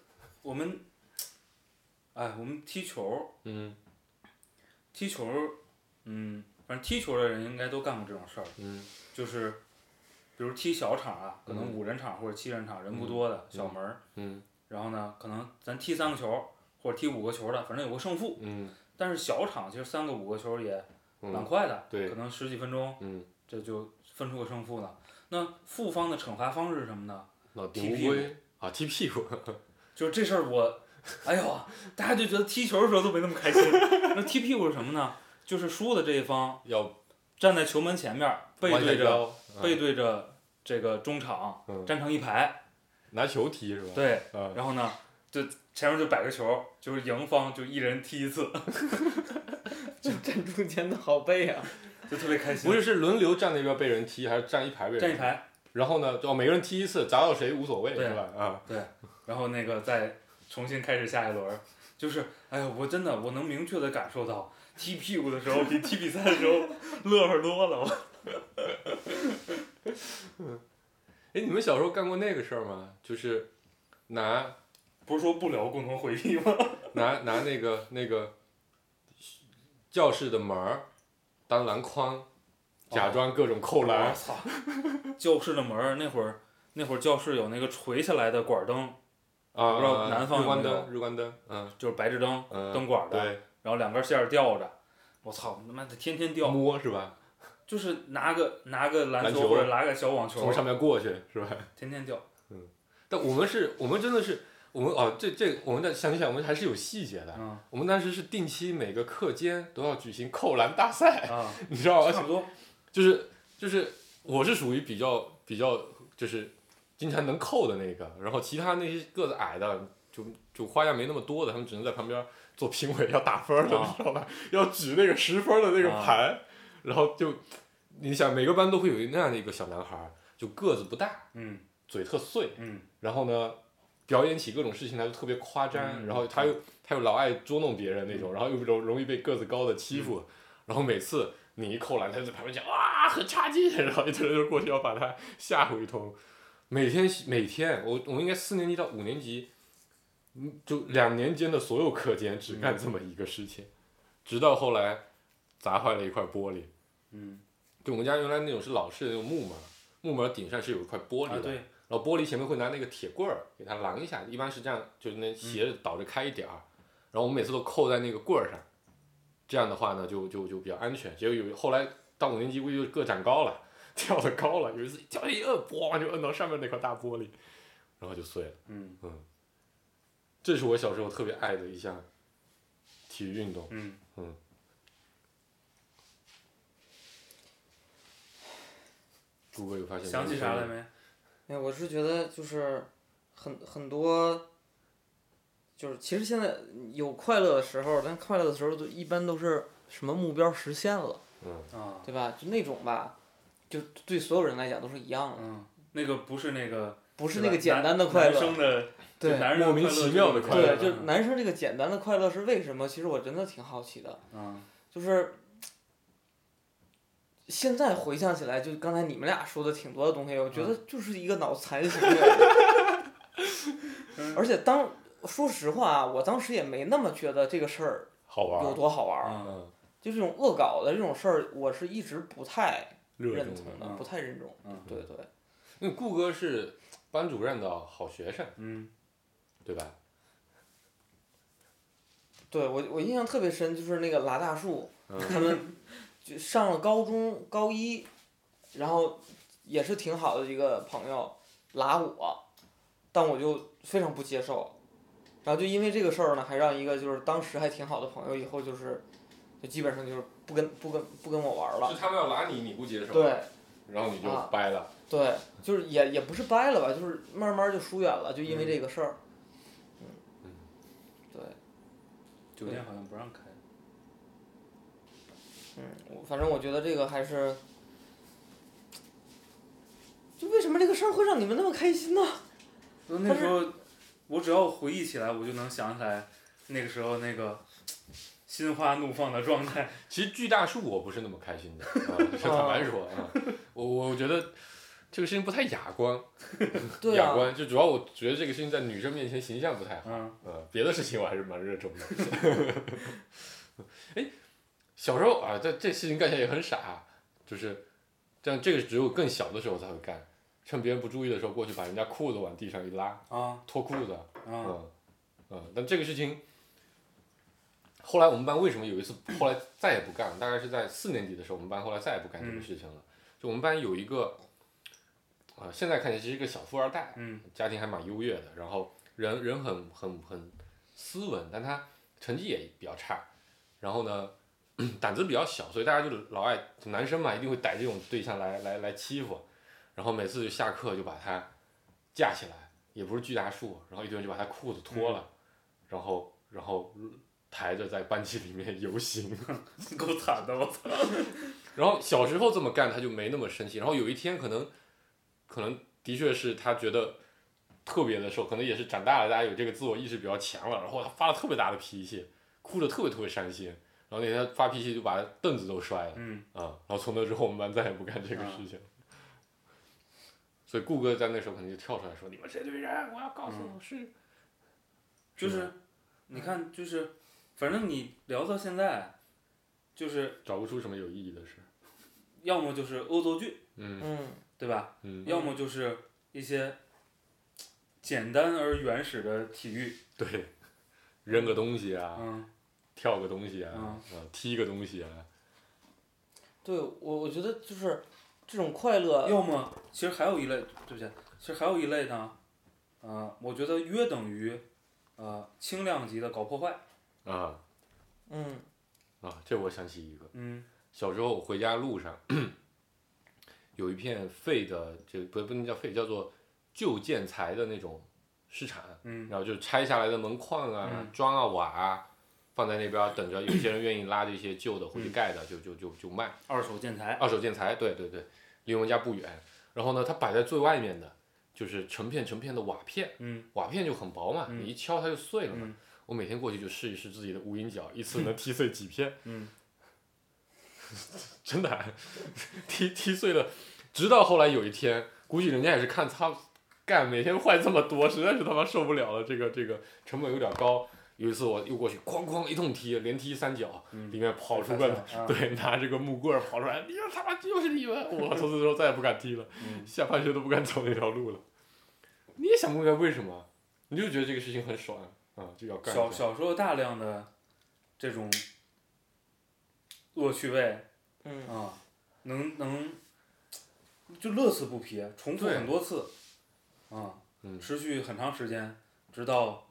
我们，哎，我们踢球，嗯踢球，嗯，反正踢球的人应该都干过这种事儿，嗯就是比如踢小场啊，可能嗯五人场或者七人场，人不多的小门儿，嗯然后呢，可能咱踢三个球或者踢五个球的，反正有个胜负。嗯但是小场其实三个五个球也蛮嗯快的，对可能十几分钟嗯，这就分出个胜负了。那负方的惩罚方式是什么呢？老踢顶乌屁股龟啊，踢屁股。就是这事儿我，哎呦啊，大家就觉得踢球的时候都没那么开心。那踢屁股是什么呢？就是输的这一方要站在球门前面，背弯下对着腰，背啊对着这个中场嗯站成一排，拿球踢是吧？对，啊，然后呢，就前面就摆个球，就是赢方就一人踢一次， 就站中间的好背啊！就特别开心。不是是轮流站那边被人踢，还是站一排被人踢站一？排，然后呢，就哦每个人踢一次，砸到谁无所谓，对是吧？啊，然后那个再重新开始下一轮，就是哎呀，我真的我能明确的感受到踢屁股的时候比踢比赛的时 候乐呵多了。我哎，你们小时候干过那个事儿吗？就是拿不是说不聊共同回忆吗？ 拿拿那个那个教室的门儿当篮筐，假装各种扣篮。哦我操！教室的门儿那会儿，那会儿教室有那个垂下来的管灯，啊，不知道南方日有没有光灯，日光灯，嗯就是白炽灯嗯，灯管儿的，对，然后两根线儿吊着。我操，他妈的天天吊，摸是吧？就是拿个拿个篮篮球球或者拿个小网球从，上面过去是吧？ 天天吊。但我们是，我们真的是，我们哦，这这，我们再想一想，我们还是有细节的。嗯我们当时是定期每个课间都要举行扣篮大赛， 啊，你知道哎哦吗？而且差不多。就是就是我是属于比较比较就是经常能扣的那个，然后其他那些个子矮的就就花样没那么多的，他们只能在旁边做评委要打分儿的，啊你知道吧？要举那个十分儿的那个啊牌，然后就你想每个班都会有那样的一个小男孩儿，就个子不大，嗯嘴特碎，嗯然后呢，表演起各种事情来就特别夸张，嗯然后他又他又老爱捉弄别人那种，然后又容容易被个子高的欺负，嗯然后每次你一扣篮，他就在旁边讲哇很差劲， 然后一堆人就过去要把他吓唬一通。每天每天，我我应该四年级到五年级，嗯，就两年间的所有课间嗯只干这么一个事情，直到后来砸坏了一块玻璃。嗯就我们家原来那种是老式的那种木门，木门顶上是有一块玻璃啊的，对，然后玻璃前面会拿那个铁棍儿给它啷一下，一般是这样，就是嗯那斜着倒着开一点儿，啊然后我们每次都扣在那个棍儿上，这样的话呢就就就比较安全。结果有后来到五年级估计就个长高了，跳得高了，有一次一脚一摁，咣就摁到上面那块大玻璃，然后就碎了。嗯这是我小时候特别爱的一项体育运动。嗯朱哥有发现？想起啥来？没？哎，我是觉得就是很很多，就是其实现在有快乐的时候，但快乐的时候都一般都是什么目标实现了，啊对吧？就那种吧，就对所有人来讲都是一样的，嗯，那个不是那个不不是那个简单的快男乐生，嗯的就对。男人莫名其妙的快乐对，就是男生这个简单的快乐是为什么？其实我真的挺好奇的，嗯就是现在回想起来，就刚才你们俩说的挺多的东西，我觉得嗯就是一个脑残行为。 而且当说实话啊，我当时也没那么觉得这个事儿好玩有儿。多好玩儿，嗯嗯就这种恶搞的这种事儿，我是一直不太热认衷同的。的，嗯不太认同。嗯对对，那顾哥是班主任的好学生，嗯对吧？对我我印象特别深，就是那个拉大树，嗯他们就上了高中高一，然后也是挺好的一个朋友拉我，但我就非常不接受，然后就因为这个事儿呢，还让一个就是当时还挺好的朋友，以后就是就基本上就是不跟不跟不跟我玩儿了就，他们要拉你，你不接受，对。然后你就啊掰了。对，就是也也不是掰了吧，就是慢慢就疏远了，就因为这个事儿。嗯，对，酒店好像不让开。嗯，我反正我觉得这个还是，就为什么这个事儿会让你们那么开心呢？ 就那时候，我只要回忆起来，我就能想起来那个时候那个心花怒放的状态。其实巨大树我不是那么 开心的，啊、坦白说啊，我我觉得这个事情不太雅观，对雅啊，观就主要我觉得这个事情在女生面前形象不太好，嗯，呃，别的事情我还是蛮热衷的。 哎，小时候啊，这这事情干起来也很傻，啊就是这样，这个只有更小的时候才会干，趁别人不注意的时候过去把人家裤子往地上一拉，啊脱裤子，啊 嗯，嗯，但这个事情，后来我们班为什么有一次后来再也不干了？大概是在四年级的时候，我们班后来再也不干嗯这个事情了。就我们班有一个，啊、现在看起来是一个小富二代，嗯家庭还蛮优越的，然后人人很很很斯文，但他成绩也比较差，然后呢。胆子比较小，所以大家就老爱男生嘛，一定会逮这种对象来来来欺负，然后每次就下课就把他架起来，也不是巨大树，然后一堆人就把他裤子脱了，然后然后抬着在班级里面游行。够惨的，我操！然后小时候这么干他就没那么生气，然后有一天可能可能的确是他觉得特别的受，可能也是长大了，大家有这个自我意识比较强了，然后他发了特别大的脾气，哭着特别特别伤心。然后那天他发脾气就把凳子都摔了，嗯，啊啊、然后从那之后我们班再也不干这个事情。所以顾哥在那时候可能就跳出来说：“你们这堆人，我要告诉嗯老师。就是，你看，就是，反正你聊到现在，就是找不出什么有意义的事。要么就是恶作剧，嗯嗯，对吧？嗯，要么就是一些简单而原始的体育。对，扔个东西啊，嗯跳个东西啊，啊，踢个东西啊，对我我觉得就是这种快乐，要么其实还有一类，对不起，其实还有一类呢，呃，我觉得约等于，呃，轻量级的搞破坏，啊嗯啊，这我想起一个，嗯小时候我回家路上，有一片废的，这不不能叫废，叫做旧建材的那种市场，嗯然后就拆下来的门框啊、嗯砖啊、瓦啊，放在那边儿等着，有些人愿意拉这些旧的回去嗯盖的，就就就就卖。二手建材，二手建材，对对对，离我们家不远。然后呢，它摆在最外面的，就是成片成片的瓦片，嗯瓦片就很薄嘛，嗯你一敲它就碎了嘛。嗯我每天过去就试一试自己的无影脚，一 次能踢碎几片，嗯， 真的啊、踢踢碎了。直到后来有一天，估计人家也是看他干每天坏这么多，实在是他妈受不了了，这个这个成本有点高。有一次我又过去，哐哐一通踢，连踢三脚，嗯里面跑出被个发现了啊对，拿着个木棍儿跑出来，你说他妈就是你们！我从此之后再也不敢踢了，嗯下半学都不敢走那条路了。你也想不明白为什么，你就觉得这个事情很爽啊，就要干一小下小时候大量的这种恶趣味嗯，啊，能能就乐此不疲，重复对很多次，啊，嗯持续很长时间，直到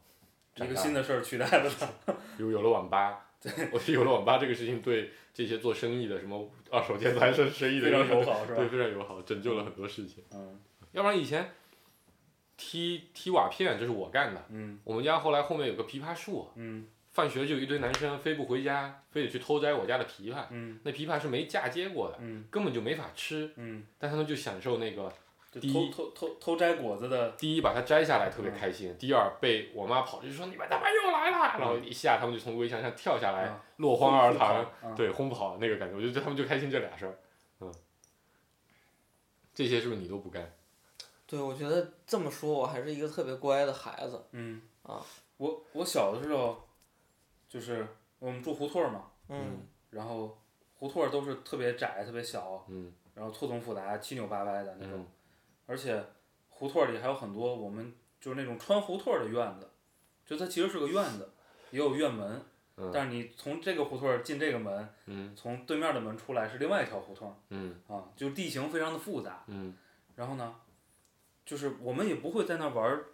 一长个大新的事儿取代了它。有有了网吧，我觉得有了网吧这个事情对这些做生意的什么二手建材生生意的非常友好是吧对，非常友好，拯救了很多事情。嗯要不然以前踢踢瓦片，这是我干的。嗯我们家后来后面有个枇杷树，嗯放学就有一堆男生非不回家，非得去偷摘我家的枇杷。嗯那枇杷是没嫁接过的，嗯根本就没法吃，嗯，但他们就享受那个就第偷一偷偷偷摘果子的，第一把它摘下来特别嗯开心，第二被我妈跑出去说你们他妈又来了，然后一下他们就从围墙上跳下来，嗯落荒而逃。嗯对，轰跑那个感觉，我就觉得他们就开心这俩事儿，嗯，这些是不是你都不干？对，我觉得这么说，我还是一个特别乖的孩子。嗯啊，我我小的时候，就是我们住胡同儿嘛，嗯然后胡同儿都是特别窄、特别小，嗯然后错综复杂、七扭八歪的那种，嗯而且胡同里还有很多我们就是那种穿胡同的院子，就它其实是个院子，也有院门，嗯但是你从这个胡同进这个门，嗯从对面的门出来是另外一条胡同嗯啊，就地形非常的复杂。嗯然后呢，就是我们也不会在那玩儿，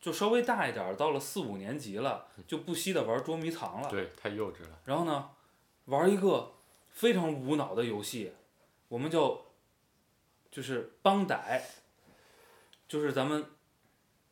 就稍微大一点儿，到了四五年级了，就不惜的玩捉迷藏了。对，太幼稚了。然后呢，玩一个非常无脑的游戏，我们叫就是帮逮，就是咱们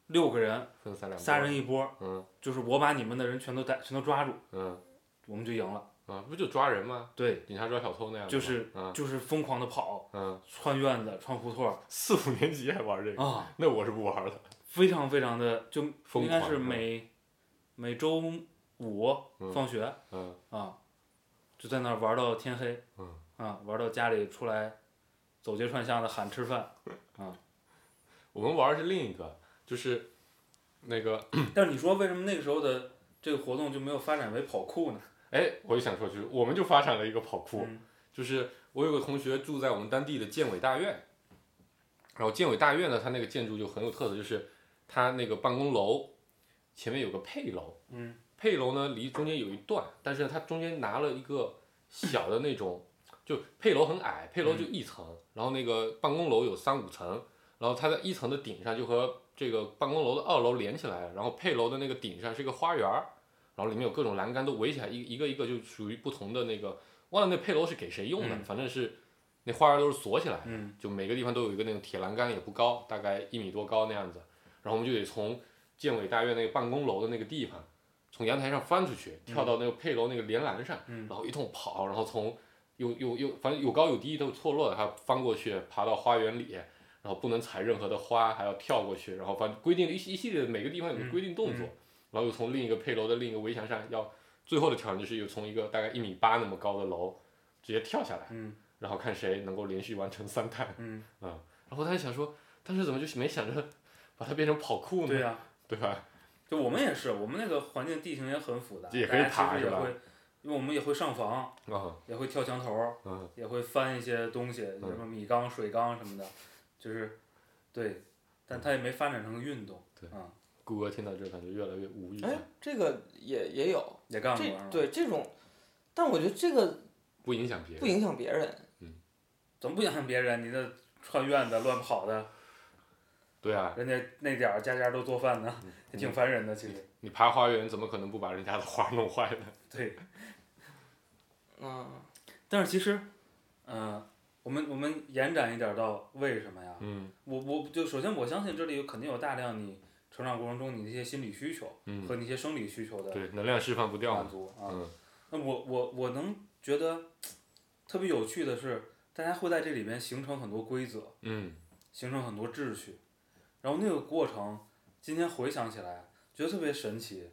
六个人，分三两拨仨人一波，嗯就是我把你们的人全都逮，全都抓住，嗯我们就赢了。啊，不就抓人吗？对，警察抓小偷那样的吗就是嗯就是疯狂的跑，嗯，穿院子，穿胡同儿四五年级还玩这个，啊，那我是不玩了。非常非常的就疯应该狂是是吧每每周五嗯放学嗯啊，就在那儿玩到天黑。嗯啊，玩到家里出来，走街串巷的喊吃饭。我们玩的是另一个，就是那个但是你说为什么那个时候的这个活动就没有发展为跑酷呢？哎，我就想说，就是我们就发展了一个跑酷，嗯就是我有个同学住在我们当地的建委大院，然后建委大院呢，它那个建筑就很有特色，就是它那个办公楼前面有个配楼，嗯，配楼呢离中间有一段，但是它中间拿了一个小的那种，就配楼很矮，配楼就嗯一层，然后那个办公楼有三五层，然后它在一层的顶上就和这个办公楼的二楼连起来，然后配楼的那个顶上是一个花园儿，然后里面有各种栏杆都围起来，一一个一个就属于不同的那个，忘了那配楼是给谁用的，嗯反正是那花园都是锁起来的，嗯就每个地方都有一个那种铁栏杆，也不高，大概一米多高那样子。然后我们就得从建委大院那个办公楼的那个地方，从阳台上翻出去，跳到那个配楼那个连栏上，嗯然后一通跑，然后从又又又反正有高有低都错落的，还要翻过去，爬到花园里，然后不能踩任何的花，还要跳过去，然后反正规定了一系一系列的每个地方有个规定动作，然后又从另一个配楼的另一个围墙上要最后的挑战就是有从一个大概一米八那么高的楼直接跳下来。嗯然后看谁能够连续完成三 弹。嗯，然后他就想说，当时怎么就没想着把它变成跑酷呢？对呀、对吧？就我们也是，我们那个环境地形也很复杂，也大可以家其爬实是也吧会，因为我们也会上房，啊，也会跳墙头儿，嗯也会翻一些东西，就嗯什么米缸、水缸什么的，就是，对，但它也没发展成个运动，谷歌听到这感觉越来越无语了，哎，这个也也有，也干过这是吧，对这种，但我觉得这个不影响别不人。影响别人。怎么不影响别人？你那穿院子乱跑的，对啊，人家那点儿家家都做饭呢，嗯也挺烦人的，其实，你爬花园怎么可能不把人家的花弄坏呢？ 对。嗯，但是其实，嗯、我们我们延展一点到为什么呀？嗯我我就首先我相信这里有肯定有大量你成长过程中你的一些心理需求嗯，和你一些生理需求的对，能量释放不掉满嘛。足啊。嗯那我我我能觉得特别有趣的是，大家会在这里边形成很多规则，嗯形成很多秩序，然后那个过程今天回想起来觉得特别神奇，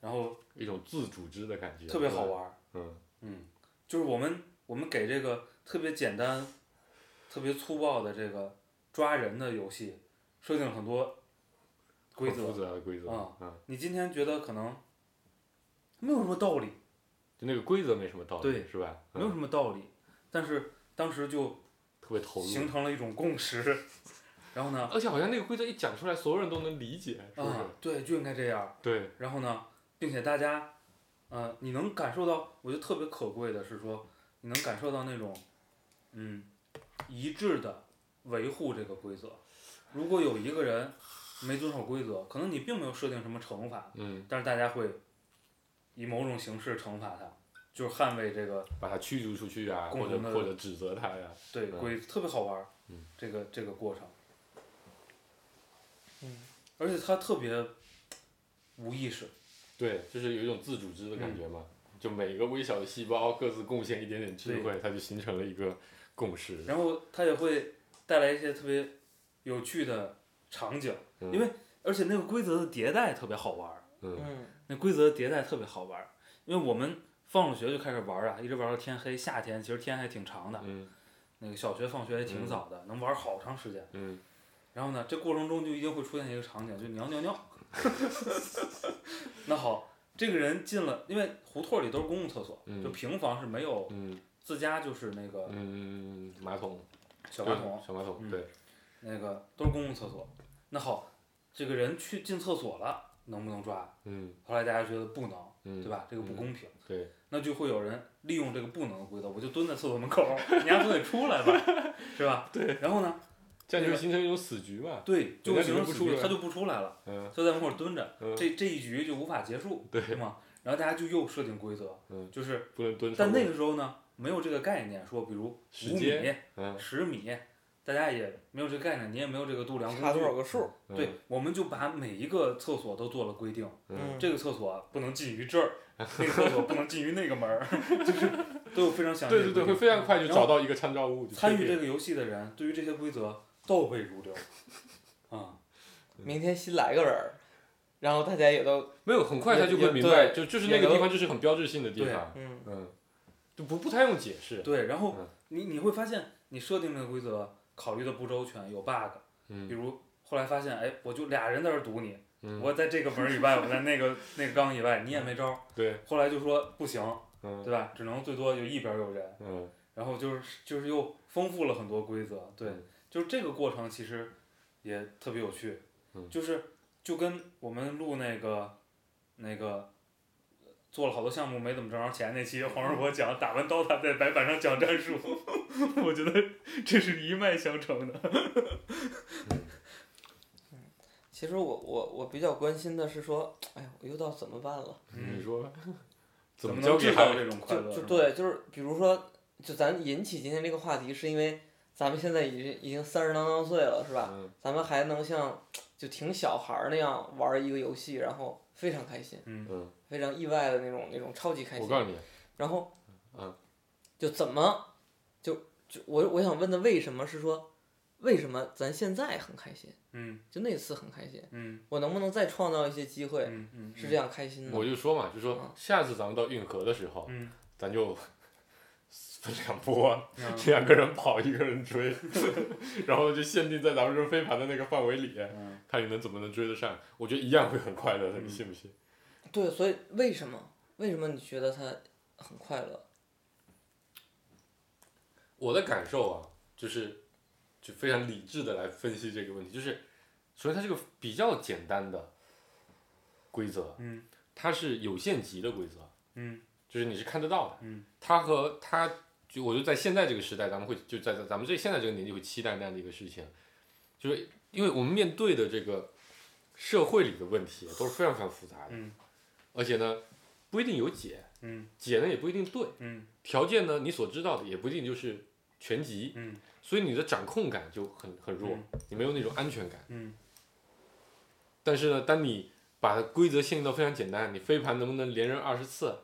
然后一种自组织的感觉，特别好。玩儿。嗯嗯，就是我们我们给这个特别简单、特别粗暴的这个抓人的游戏设定了很多规嗯很复则。杂的规则，啊嗯，你今天觉得可能没有什么道理，就那个规则没什么道理，对是吧？没有嗯，什么道理，但是当时就特别投形入，成了一种共识。 然后呢，而且好像那个规则一讲出来，所有人都能理解，是不是啊？，对，就应该这样。对，然后呢，并且大家，呃，你能感受到，我觉得特别可贵的是说，你能感受到那种，嗯，一致的维护这个规则。如果有一个人没遵守规则，可能你并没有设定什么惩罚，嗯，但是大家会以某种形式惩罚他，就是捍卫这个把它驱逐出去啊，共或者同的或者指责他呀，对嗯规，特别好玩儿嗯。这个这个过程，嗯，而且它特别无意识，对，就是有一种自组织的嗯感觉嘛，就每个微小的细胞各自贡献一点点智慧，它就形成了一个共识。然后它也会带来一些特别有趣的场景，嗯因为而且那个规则的迭代特别好玩儿，嗯嗯，那规则的迭代特别好玩儿，因为我们放了学就开始玩儿啊，一直玩到天黑，夏天其实天还挺长的，嗯那个小学放学也挺早的，能玩儿好长时间。嗯，然后呢，这过程中就一定会出现一个场景，就你要尿尿。 那好，这个人进了，因为胡同里都是公共厕所，嗯就平房是没有嗯自家就是那个嗯，马桶小马桶，小马桶嗯对，那个都是公共厕所。那好，这个人去进厕所了，能不能抓？嗯后来大家觉得不能，嗯，对吧？这个不公平。对，那就会有人利用这个不能的规则，我就蹲在厕所门口儿， 你丫总得出来吧，是吧？对。然后呢，这样就形成一种死局嘛，对，就会形成人家就不死出局，来他就不出来了， 嗯就在门口蹲着，嗯，这这一局就无法结束，对是吗？然后大家就又设定规则，嗯就是，不能蹲超但过那个时候呢，没有这个概念，说比如时五间米、嗯十米，大家也没有这个概念，你也没有这个度量差工多少具。个数？嗯对，我们就把每一个厕所都做了规定，嗯这个厕所啊不能进于 这儿，那个厕所不能进于那个门儿， 就是都有非常详细的对对规对，会定非常快就然后找到一个参照物，就参确与定这个游戏的人对于这些规则倒背如 流，啊，明天新来个人儿，然后大家也都没有，很快也他就会也明白，对就就是也那个能地方就是很标志性的地对方，嗯嗯，就不不太用解释，对，然后嗯你你会发现你设定这个规则考虑的不周全，有 bug，嗯比如后来发现，哎，我就俩人在这儿堵你，嗯我在这个门儿以外，我在那个那个缸以外，你也没招儿，对，后来就说不行，嗯对吧？只能最多有一边儿有人，嗯然后就是就是又丰富了很多规则，对，嗯就是这个过程其实也特别有趣，嗯就是就跟我们录那个那个做了好多项目没怎么挣着钱那期，黄世博讲打完刀塔在白板上讲战术， 我觉得这是一脉相承的。其实我我我比较关心的是说，哎呀，我又到怎么办了？你嗯，说 吧怎怎么么教能给制孩造子？这种快就乐？就是吧，对，就是比如说，就咱引起今天这个话题，是因为咱们现在已经已经三十啷当岁了，是吧？嗯咱们还能像就挺小孩儿那样玩儿一个游戏，然后非常开心，嗯嗯，非常意外的那种那种超级开我心。告诉你，然后，嗯，就怎么就就我我想问的为什么是说，为什么咱现在很开心？嗯就那次很开心，嗯我能不能再创造一些机会嗯嗯，是这样开心的？我就说嘛，就说嗯下次咱们到运河的时候，嗯。咱就 分两波， 嗯，两个人跑，一个人追， 然后就限定在咱们这飞盘的那个范围里，嗯看你能怎么能追得上。我觉得一样会很快乐的，嗯你信不信？对，所以为什么为什么你觉得他很快乐？我的感受啊，就是就非常理智的来分析这个问题，就是首先它是个比较简单的规则，嗯它是有限级的规则，嗯就是你是看得到的，嗯它和它就我就在现在这个时代，咱们会就在咱们这现在这个年纪会期待那样的一个事情，就是因为我们面对的这个社会里的问题都是非常非常复杂的，嗯而且呢不一定有解，嗯解呢也不一定对，嗯条件呢你所知道的也不一定就是全集，嗯所以你的掌控感就很很弱，嗯你没有那种安全感。嗯但是呢，当你把规则限定到非常简单，你飞盘能不能连扔二十次，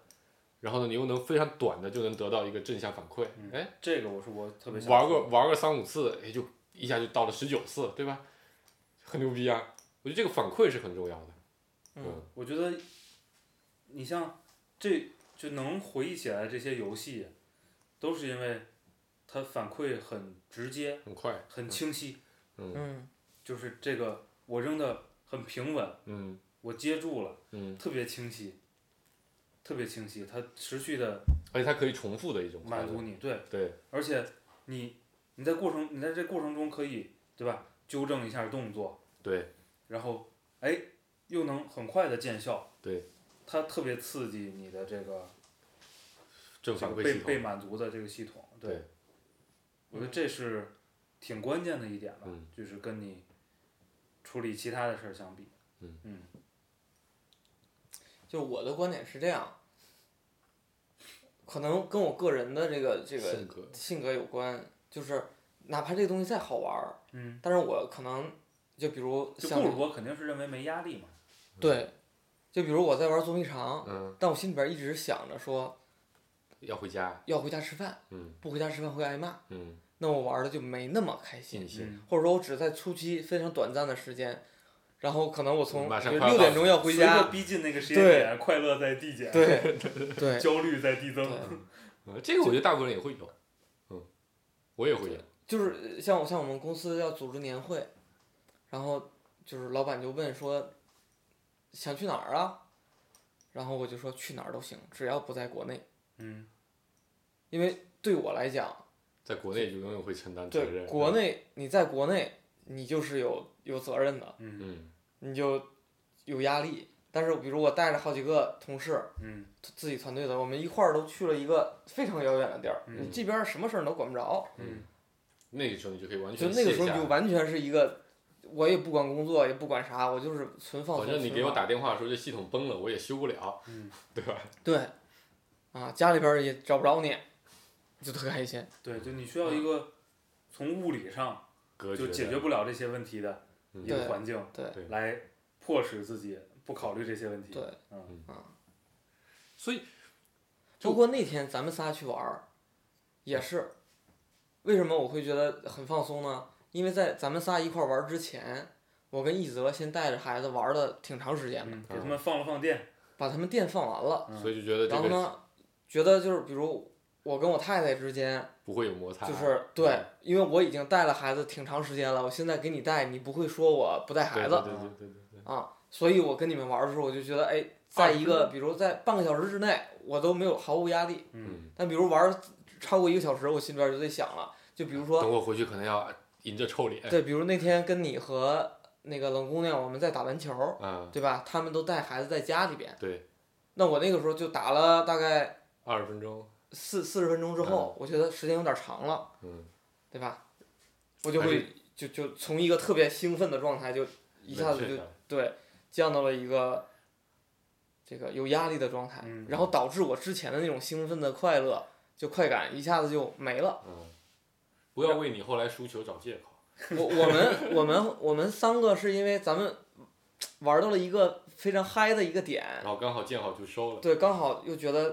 然后呢，你又能非常短的就能得到一个正向反馈，嗯哎，这个我是我特别想玩说个玩个三五次，也就一下就到了十九次，对吧？很牛逼啊！我觉得这个反馈是很重要的。嗯我觉得，你像这就能回忆起来这些游戏，都是因为它反馈很直接、很快，很清晰，嗯就是这个我扔的很平稳，嗯我接住了，嗯，特别清晰，特别清晰，它持续的而且它可以重复的一种快满足乐。你，对，对，而且你你在过程你在这过程中可以对吧，纠正一下动作，对，然后哎又能很快的见效，对，它特别刺激你的这个。正这反个馈被系被统。满足的这个系统，对，对我觉得这是挺关键的一点吧，嗯就是跟你处理其他的事儿相比，就是我的观点是这样，可能跟我个人的这个这个性格，性格有关，就是哪怕这个东西再好玩儿，嗯，但是我可能就比如就像布鲁伯肯定是认为没压力嘛，对，就比如我在玩捉迷藏，嗯，但我心里边一直想着说要回家，要回家吃饭，嗯不回家吃饭会挨骂，嗯，那我玩的就没那么开心尽，兴，嗯或者说我只在初期非常短暂的时间，然后可能我从马上快要六到点钟要回随着家，逼近那个时间点，快乐在递减， 对对， 焦虑在递增，对嗯呃这个我觉得大部分人也会有，嗯，我也会有，就是像我像我们公司要组织年会，然后就是老板就问说想去哪儿啊，然后我就说去哪儿都行，只要不在国内，嗯因为对我来讲，在国内就永远会承担责对任。嗯国，内，你在国内你就是有有责任的，嗯嗯你就有压力。但是比如我带着好几个同事，嗯自己团队的，我们一块儿都去了一个非常遥远的地儿，嗯你这边儿什么事儿都管不着，嗯，那个时候你就可以完就全那个时候卸你下就完全是一个，我也不管工作，也不管啥，我就是纯放松。反正你纯给我放打电话的时候，这系统崩了，我也修不了，嗯，对吧？对，啊，家里边儿也找不着你，就特开心。对，就你需嗯要一个从物理上隔就绝解的决不了这些问题的嗯一个对环境，对对来迫使自己不考虑这些问题，对，嗯所以就包括那天咱们仨去玩儿，也是，为什么我会觉得很放松呢？因为在咱们仨一块儿玩儿之前，我跟一泽先带着孩子玩儿了挺长时间的，嗯，给他们放了放电，把他们电放完了，嗯所以就觉得然后这个呢，觉得就是比如我跟我太太之间，不会有摩擦，就是嗯对，因为我已经带了孩子挺长时间了，我现在给你带，你不会说我不带对孩对子对对对对啊，所以我跟你们玩儿的时候，我就觉得哎，在一个比如在半个小时之内，我都没有毫无压力。嗯嗯，但比如玩儿超过一个小时，我心里边儿就得想了，就比如等说我回去可能要迎着臭脸，对，比如那天跟你和那个冷姑娘我们在打篮球儿，啊，对吧？他们都带孩子在家里边，对，那我那个时候就打了大概二十分钟，四四十分钟之后，我觉得时间有点儿长了。嗯，对吧？我就还会就就从一个特别兴奋的状态，就一下子冷却就下来对降到了一个这个有压力的状态，嗯然后导致我之前的那种兴奋的快乐就快感一下子就没了。嗯，不要为你后来输球找借口，我我们我们我们三个是因为咱们玩到了一个非常嗨的一个点，然后刚好见好就收了，对，刚好又觉得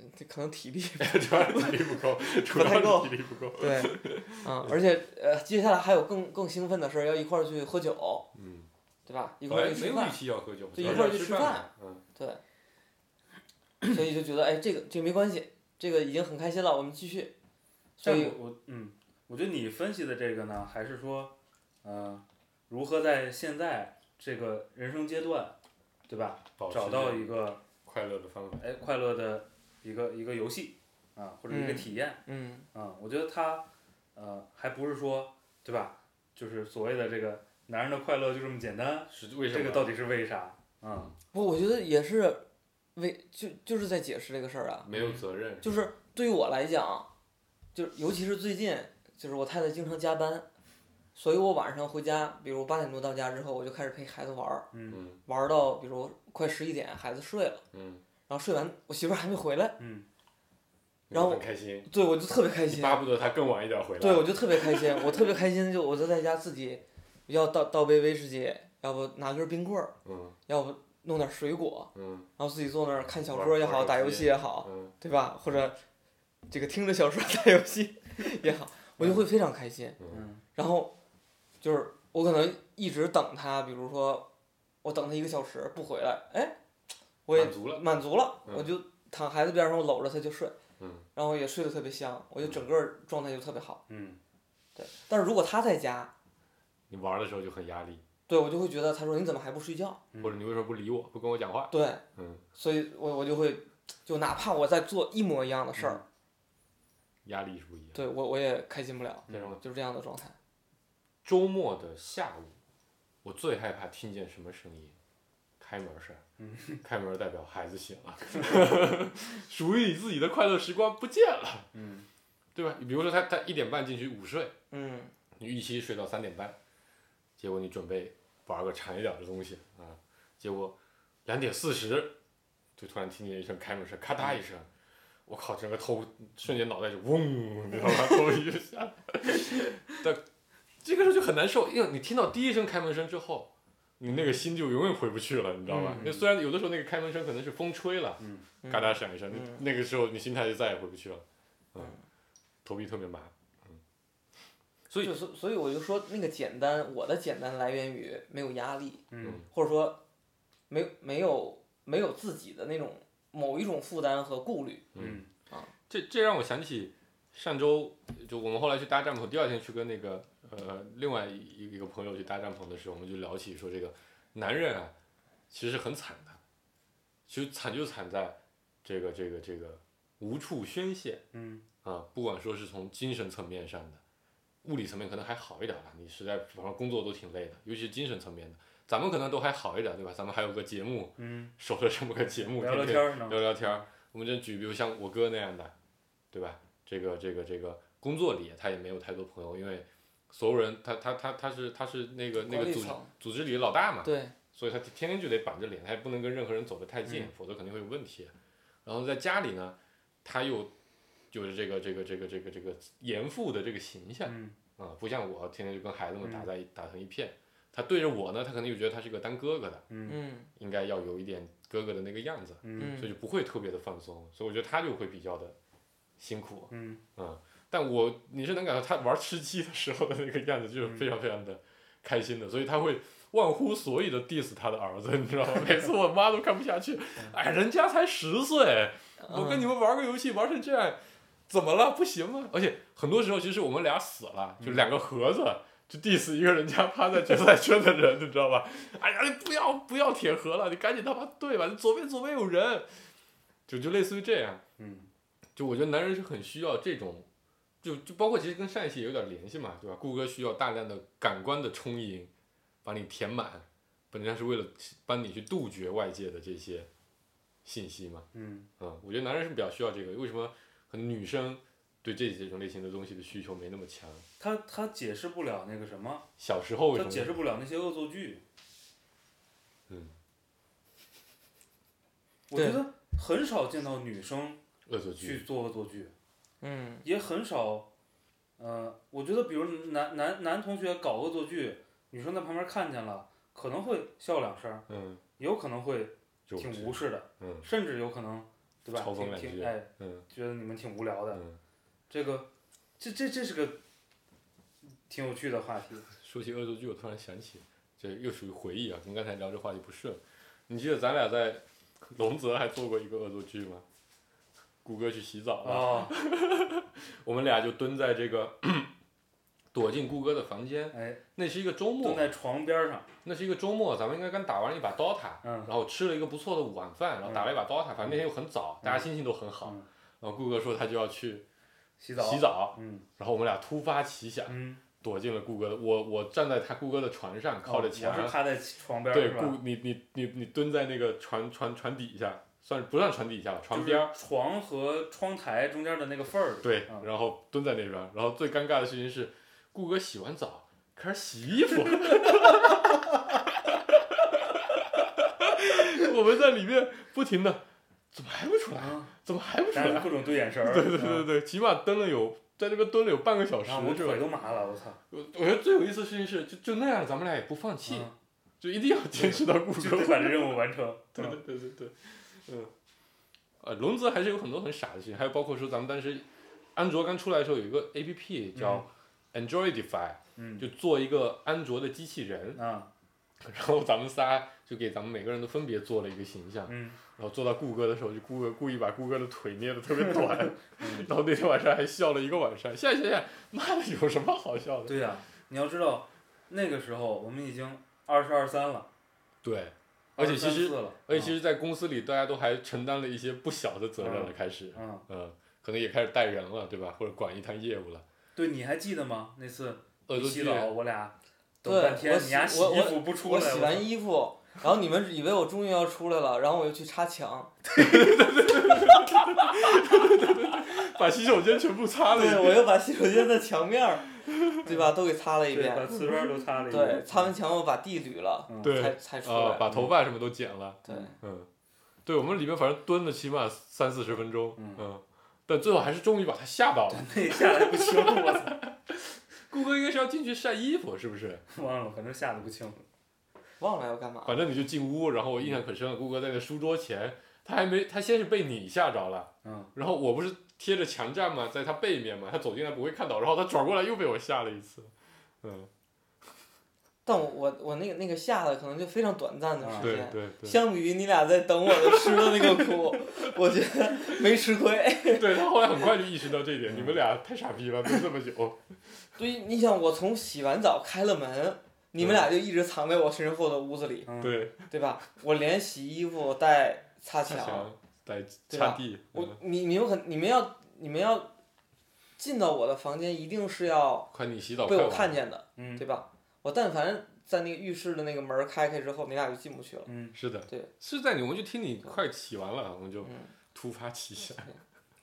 嗯这可能体 力主要是体力不 够，主太要够是体力不够， 对，嗯，而且呃，接下来还有更更兴奋的事儿，要一块儿去喝酒，嗯，对吧？一块本儿来去吃哎没有饭预。期要喝酒，就主要一会儿是就吃吃饭，嗯，对，所以就觉得哎，这个这个没关系，这个已经很开心了，我们继续。所但以我我嗯，我觉得你分析的这个呢，还是说，呃，如何在现在这个人生阶段，对吧，保持找到着一个快乐的方法，哎快乐的一个一个游戏啊，或者一个嗯体验嗯，啊，我觉得它呃还不是说对吧，就是所谓的这个男人的快乐就这么简单，是为什这么？个到底是为啥？嗯不，我觉得也是为就就是在解释这个事儿啊，没有责任，就是对于我来讲，就是尤其是最近，就是我太太经常加班，所以我晚上回家，比如八点多到家之后，我就开始陪孩子玩儿，嗯嗯玩儿到比如快十一点，孩子睡了，嗯，然后睡完我媳妇儿还没回来，嗯然后很开心，对我就特别开心，巴不得他更晚一点回来，对，我就特别开心，我特别开心，就我就在家自己，要倒倒杯威士忌，要不拿根冰棍儿，嗯要不弄点水果，嗯然后自己坐那儿看小玩说也玩好，手打游机戏也好，嗯，对吧？或者这个听着小说 打游戏也好，我就会非常开心。嗯然后就是我可能一直等他，比如说我等他一个小时不回来，哎，我也满足了，满足了，嗯我就躺孩子边上，我搂着他就睡，嗯然后也睡得特别香，我就整个儿状态就特别好。嗯对，但是如果他在家，你玩的时候就很压力，对我就会觉得他说你怎么还不睡觉？嗯或者你为什么不理我，不跟我讲话？对，嗯，所以我我就会，就哪怕我在做一模一样的事儿，压力是不一样。对我我也开心不了，嗯这种就是这样的状态。周末的下午，我最害怕听见什么声音？开门声。开门代表孩子醒了，属于你自己的快乐时光不见了，嗯对吧？你比如说他他一点半进去午睡，嗯，你预期睡到三点半，结果你准备玩个长一点的东西啊，结果两点四十，就突然听见一声开门声，咔嗒一声，我靠，整个头瞬间脑袋就嗡，你知道吗？ 头一下来，但这个时候就很难受，因为你听到第一声开门声之后，你那个心就永远回不去了，你知道吧？嗯那虽然有的时候那个开门声可能是风吹了，嗯嗯嘎，嗒响一声，嗯那那个时候你心态就再也回不去了，嗯嗯，头皮特别麻，所以就所所以我就说那个简单，我的简单来源于没有压力，嗯或者说没没有没有自己的那种某一种负担和顾虑。嗯这这让我想起上周就我们后来去搭帐篷，第二天去跟那个呃另外一一个朋友去搭帐篷的时候，我们就聊起说这个男人啊，其实很惨的，其实惨就惨在这个这个这个无处宣泄嗯啊，不管说是从精神层面上的，物理层面可能还好一点吧，你实在反正工作都挺累的，尤其是精神层面的，咱们可能都还好一点，对吧？咱们还有个节目，嗯，守着这么个节目，聊聊天天天儿呢，聊聊天儿。我们就举，比如像我哥那样的，对吧？这个这个这个工作里他也没有太多朋友，因为所有人他他他他是他是那个那管个理组织层组织里的老大嘛，对，所以他天天就得板着脸，他也不能跟任何人走得太近，嗯否则肯定会有问题。然后在家里呢，他又就是这个这个这个这个这个严父的这个形象啊、嗯不像我天天就跟孩子们打在一、打成一片。他对着我呢，他肯定就觉得他是个当哥哥的，嗯嗯应该要有一点哥哥的那个样子。嗯所以嗯就不会特别的放松，所以我觉得他就会比较的辛苦，嗯嗯，但我你是能感到他玩吃鸡的时候的那个样子，就是嗯非常非常的开心的，所以他会忘乎所以的 diss 他的儿子，你知道吗？每次我妈都看不下去，哎，人家才十岁，我跟你们玩个游戏玩成这样，怎么了？不行吗？而且很多时候其实我们俩死了，就两个盒子。就 diss 一个人家趴在决赛圈的人，你知道吧？哎呀，你不要不要铁盒了，你赶紧他妈对吧？你左边左边有人，就就类似于这样。嗯就我觉得男人是很需要这种，就就包括其实跟上一期也有点联系嘛，对吧？顾哥需要大量的感官的充盈，把你填满，本质上是为了帮你去杜绝外界的这些信息嘛。嗯嗯，我觉得男人是比较需要这个，为什么可能女生对这这种类型的东西的需求没那么强？他他解释不了那个什么，小时候为他什么？解释不了那些恶作剧。嗯，我觉对得很少见到女生恶作去剧。做恶作剧，嗯也很少。呃，我觉得比如男男男同学搞恶作剧，女生在旁边看见了，可能会笑两声，嗯，也有可能会就挺无视的，嗯甚至有可能，对吧？嘲讽挺两句挺哎，嗯觉得你们挺无聊的，嗯。这个，这这这是个挺有趣的话题。说起恶作剧，我突然想起，这又属于回忆啊，跟刚才聊这话题不顺。你记得咱俩在龙泽还做过一个恶作剧吗？谷歌去洗澡了，哦，我们俩就蹲在这个躲进谷歌的房间。哎，那是一个周末蹲，在床边儿上，那是一个周末，咱们应该刚打完一把 DOTA，、嗯然后吃了一个不错的午晚饭，然后打了一把 DOTA，、反正那天又很早，大家心情都很好。嗯然后顾哥说他就要去洗澡，洗，澡，嗯然后我们俩突发奇想，嗯，躲进了顾哥的，我我站在他顾哥的床上，靠着墙，哦我是趴在床边儿对，是吧？顾你你你你蹲在那个船船船底下，算不算船底下吧，床边儿，就是床和窗台中间的那个缝儿，对嗯，然后蹲在那边儿，然后最尴尬的事情是，顾哥洗完澡开始洗衣服， 我们在里面不停的，怎么还不出来？ 啊，怎么还不出但是来？各种对眼神儿，对对对嗯对对，起码蹲了有在那边蹲了有半个小时然后我，是吧腿？都麻了，我操，我我觉得最有意思的事情是，就就那样，咱们俩也不放弃，嗯就一定要坚持到顾就哥得把这任务完成， 对嗯对对对对，嗯，呃，融资还是有很多很傻的事情，还有包括说咱们当时安卓刚出来的时候有一个 A P P 叫 Androidify，、嗯，就做一个安卓的机器人，啊， 然后咱们仨就给咱们每个人都分别做了一个形象，嗯，然后做到顾哥的时候，就顾哥故意把顾哥的腿捏的特别短，然后那天晚上还笑了一个晚上，现在想想，妈的有什么好笑的？对呀，你要知道，那个时候我们已经二十二三了，对，而且其实23-24了，而且其实，在公司里大家都还承担了一些不小的责任了，嗯开始，嗯，嗯，可能也开始带人了，对吧？或者管一摊业务了。对，你还记得吗？那次恶作洗剧，澡，我俩等对半天我，你洗丫洗我衣我服不出我来，洗操完衣服，然后你们以为我终于要出来了，然后我又去插墙，把洗手间全部擦了 一对，遍。我又把洗手间的墙面儿，对吧，都给擦了一对，把遍，瓷砖都擦了一遍，啊对，擦完墙我把地捋了，嗯对才才出啊、来，把头发什么都剪了。对，嗯，对，我们里面反正蹲了起码三四十分钟。嗯但最后还是终于把他吓到了。 那下来不清，我操，顾哥应该是要进去晒衣服，是不是？忘了，反正吓得不轻。忘了要干嘛，反正你就进屋，然后我印象可深了，顾哥在那书桌前，他还没，他先是被你吓着了，嗯，然后我不是贴着墙站嘛，在他背面嘛，他走进来不会看到，然后他转过来又被我吓了一次。嗯，但我我我那个那个下的可能就非常短暂的啊时对间。对对。相比于你俩在等我的吃的那个苦， 我觉得没吃亏。 对他后来很快就意识到这一点，你们俩太傻逼了，蹲这么久。对，你想我从洗完澡开了门，你们俩就一直藏在嗯我身后的屋子里，对，对吧？我连洗衣服带擦他墙，想，在对掐吧地，我嗯你你们很你们要你们要进到我的房间，一定是要快你洗澡被快我完看见的，嗯对吧？我但凡在那个浴室的那个门开开之后，你俩就进不去了。嗯，是的，对，是在你，我就听你快洗完了，我们就嗯，突发奇想，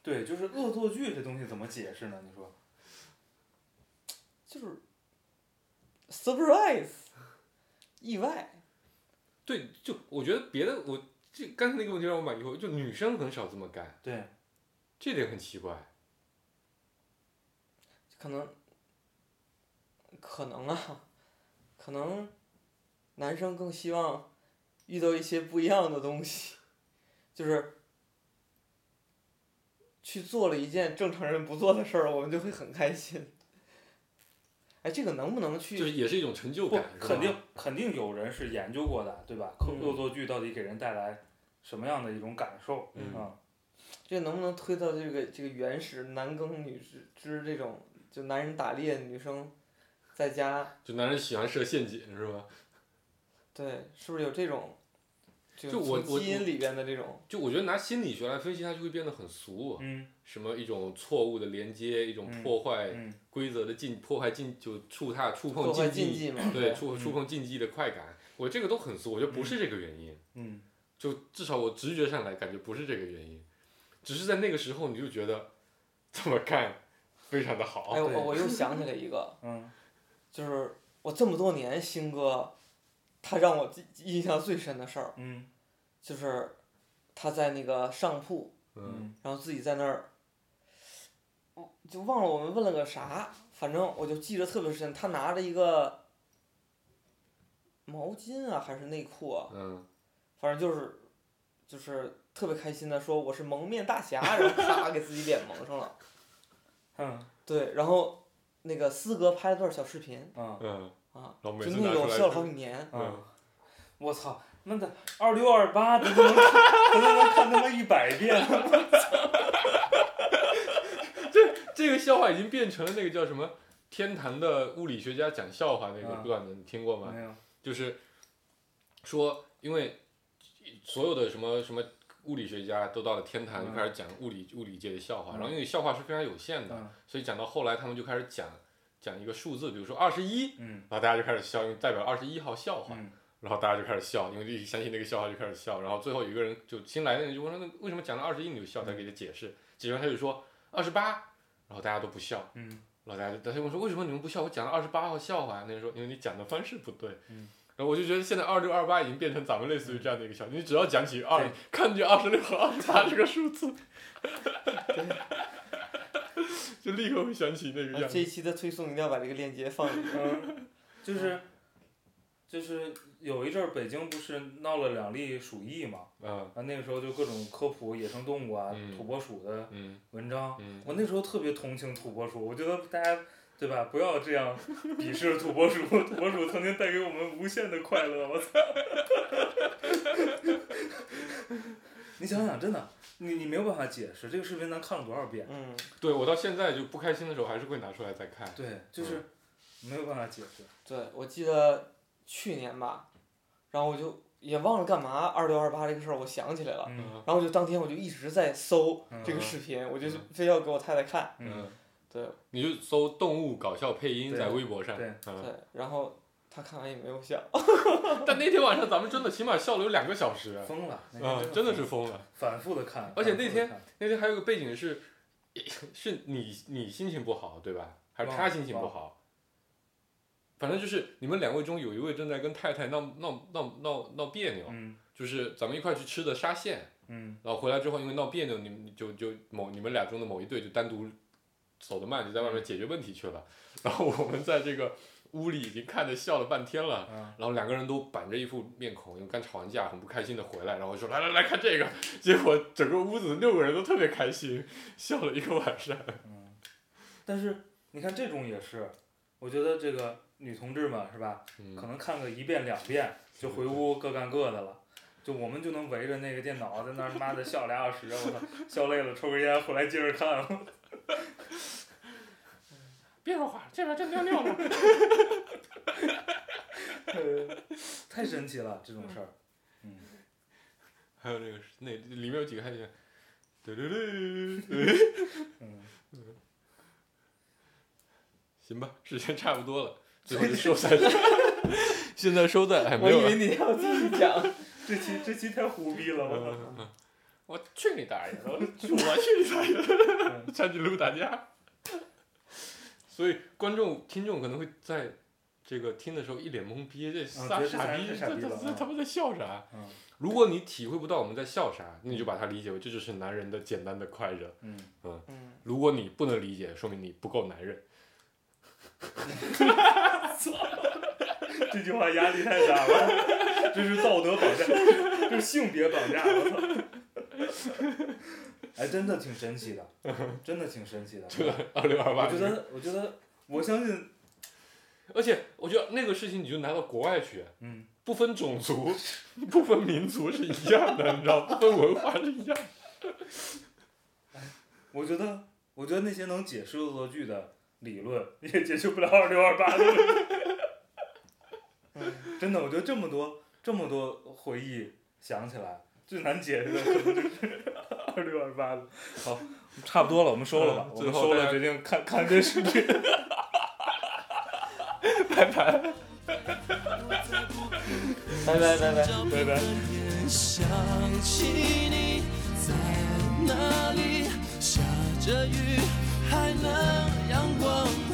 对，就是恶作剧这东西怎么解释呢？你说，就是 surprise，意外。对，就我觉得别的我这刚才那个问题让我蛮疑惑，就女生很少这么干，对，这点很奇怪，可能，可能啊，可能男生更希望遇到一些不一样的东西，就是去做了一件正常人不做的事儿，我们就会很开心。哎，这个能不能就是去？也是一种成就不感，是吧肯定肯定有人是研究过的，对吧？嗯恶作剧到底给人带来什么样的一种感受？嗯啊，这能不能推到这个这个原始男耕女织织这种，就男人打猎，女生在家，就男人喜欢设陷阱是吧？对，是不是有这种？就就我从我基因里边的这种，就我觉得拿心理学来分析，它就会变得很俗，嗯什么一种错误的连接，一种嗯破坏嗯规则的禁，破坏禁就触踏触碰破坏禁禁忌，忌嘛，对哦嗯触触碰禁忌的快感，我这个都很俗，我觉得不是这个原因。嗯，就至少我直觉上来感觉不是这个原因，只是在那个时候你就觉得这么干非常的好哎，。我对我又想起来一个，嗯就是我这么多年星哥，他让我记印象最深的事儿，嗯就是他在那个上铺，嗯，然后自己在那儿，我就忘了我们问了个啥，反正我就记着特别深。他拿着一个毛巾啊，还是内裤啊，嗯，反正就是就是特别开心的说我是蒙面大侠，然后啪给自己脸蒙上了。嗯对，然后那个四哥拍了段小视频嗯嗯，啊，然后每就次那拿个我出笑了好啊来，几年。嗯嗯，我操，那得二六二八，咱都能看，咱都能看他妈一百遍。这个笑话已经变成了那个叫什么天坛的物理学家讲笑话那个啊嗯段子，你听过吗？没有，就是说，因为所有的什么什么物理学家都到了天坛，嗯就开始讲物理物理界的笑话，嗯然后因为笑话是非常有限的，嗯所以讲到后来他们就开始讲讲一个数字，比如说二十一，嗯然后大家就开始笑，因为代表二十一号笑话，嗯然后大家就开始笑，因为就想起那个笑话就开始笑，然后最后有一个人就新来的人就问说，那为什么讲到二十一你就笑？他给他解释，解释完他就说二十八，然后大家都不笑，嗯老大家就他就问说为什么你们不笑？我讲了二十八号笑话，那人说因为你讲的方式不对。嗯然后我就觉得现在二六二八已经变成咱们类似于这样的一个笑，嗯你只要讲起二，看见二十六和二十八这个数字，就立刻会想起那个啊样这子。一期的推送一定要把这个链接放进去。嗯，就是就是有一阵儿北京不是闹了两例鼠疫嘛，嗯啊那个时候就各种科普野生动物啊、嗯土拨鼠的嗯文章，嗯，我那时候特别同情土拨鼠，我觉得大家。对吧？不要这样鄙视土拨鼠，土拨鼠曾经带给我们无限的快乐。我操！ 你想想，真的，你你没有办法解释这个视频，咱看了多少遍？嗯，对我到现在就不开心的时候还是会拿出来再看。对，就是嗯没有办法解释。对，我记得去年吧，然后我就也忘了干嘛二六二八这个事儿，我想起来了。嗯然后我就当天我就一直在搜啊这个嗯视频，我就是嗯非要给我太太看，嗯嗯，对你就搜动物搞笑配音对在微博上对。嗯，对，然后她看完也没有笑，但那天晚上咱们真的起码笑了有两个小时，疯了，那啊天，真的疯了是疯了。反复的看，而且反复那地天看那天还有个背景是， 是你你心情不好对吧？还是忘他了心情忘不好？反正就是你们两位中有一位正在跟太太闹闹闹闹闹别扭，嗯就是咱们一块去吃的沙县，嗯然后回来之后因为闹别扭，你们就就某你们俩中的某一对就单独走得慢，就在外面解决问题去了。然后我们在这个屋里已经看着笑了半天了，啊，然后两个人都板着一副面孔，因为刚吵完架，很不开心的回来，然后说来来来看这个，结果整个屋子六个人都特别开心，笑了一个晚上。嗯但是你看这种也是，我觉得这个女同志们是吧，可嗯，能看个一遍两遍就回屋各干各的了。就我们就能围着那个电脑在那儿妈的笑俩小时，我操，笑累了抽根烟回来接着看。 别说话，这边正尿尿 呢。太神奇了这种事儿，嗯，还有这个那里面有几个还有，对对对，嗯，行吧，时间差不多了，最后就收在这儿，现在收在哎我没有以了为。你要继续讲，这期这期太胡逼了，我操！我去你大 爷的！我去我去你大爷嗯的！上去撸打架。所以观众、听众可能会在这个听的时候一脸懵逼，这啊仨觉得这傻仨逼，是这傻逼这了这啊他们在笑啥嗯？如果你体会不到我们在笑啥，那你就把它理解为这就是男人的简单的快乐。嗯，嗯，如果你不能理解，说明你不够男人。这句话压力太大了， 这是道德绑架，这是性别绑架，我操！哎，真的挺神奇的，真的挺神奇 的。对吧？二六二我八觉。得，我觉得，我相信，而且我觉得那个事情你就拿到国外去，嗯，不分 种族、不分民族是一样的，你知道？不分文化是一样的。我觉得，我觉得那些能解释恶作剧的理论 也解释不了二六二八的问嗯题。真的，我觉得这么多这么多回忆想起来，最难解释的可能就是 二六二八了。好，差不多了，我们收了吧嗯，我们最后收了，大家决定看看电视剧。拜拜拜拜。拜拜想起你在哪里，下着雨还能阳光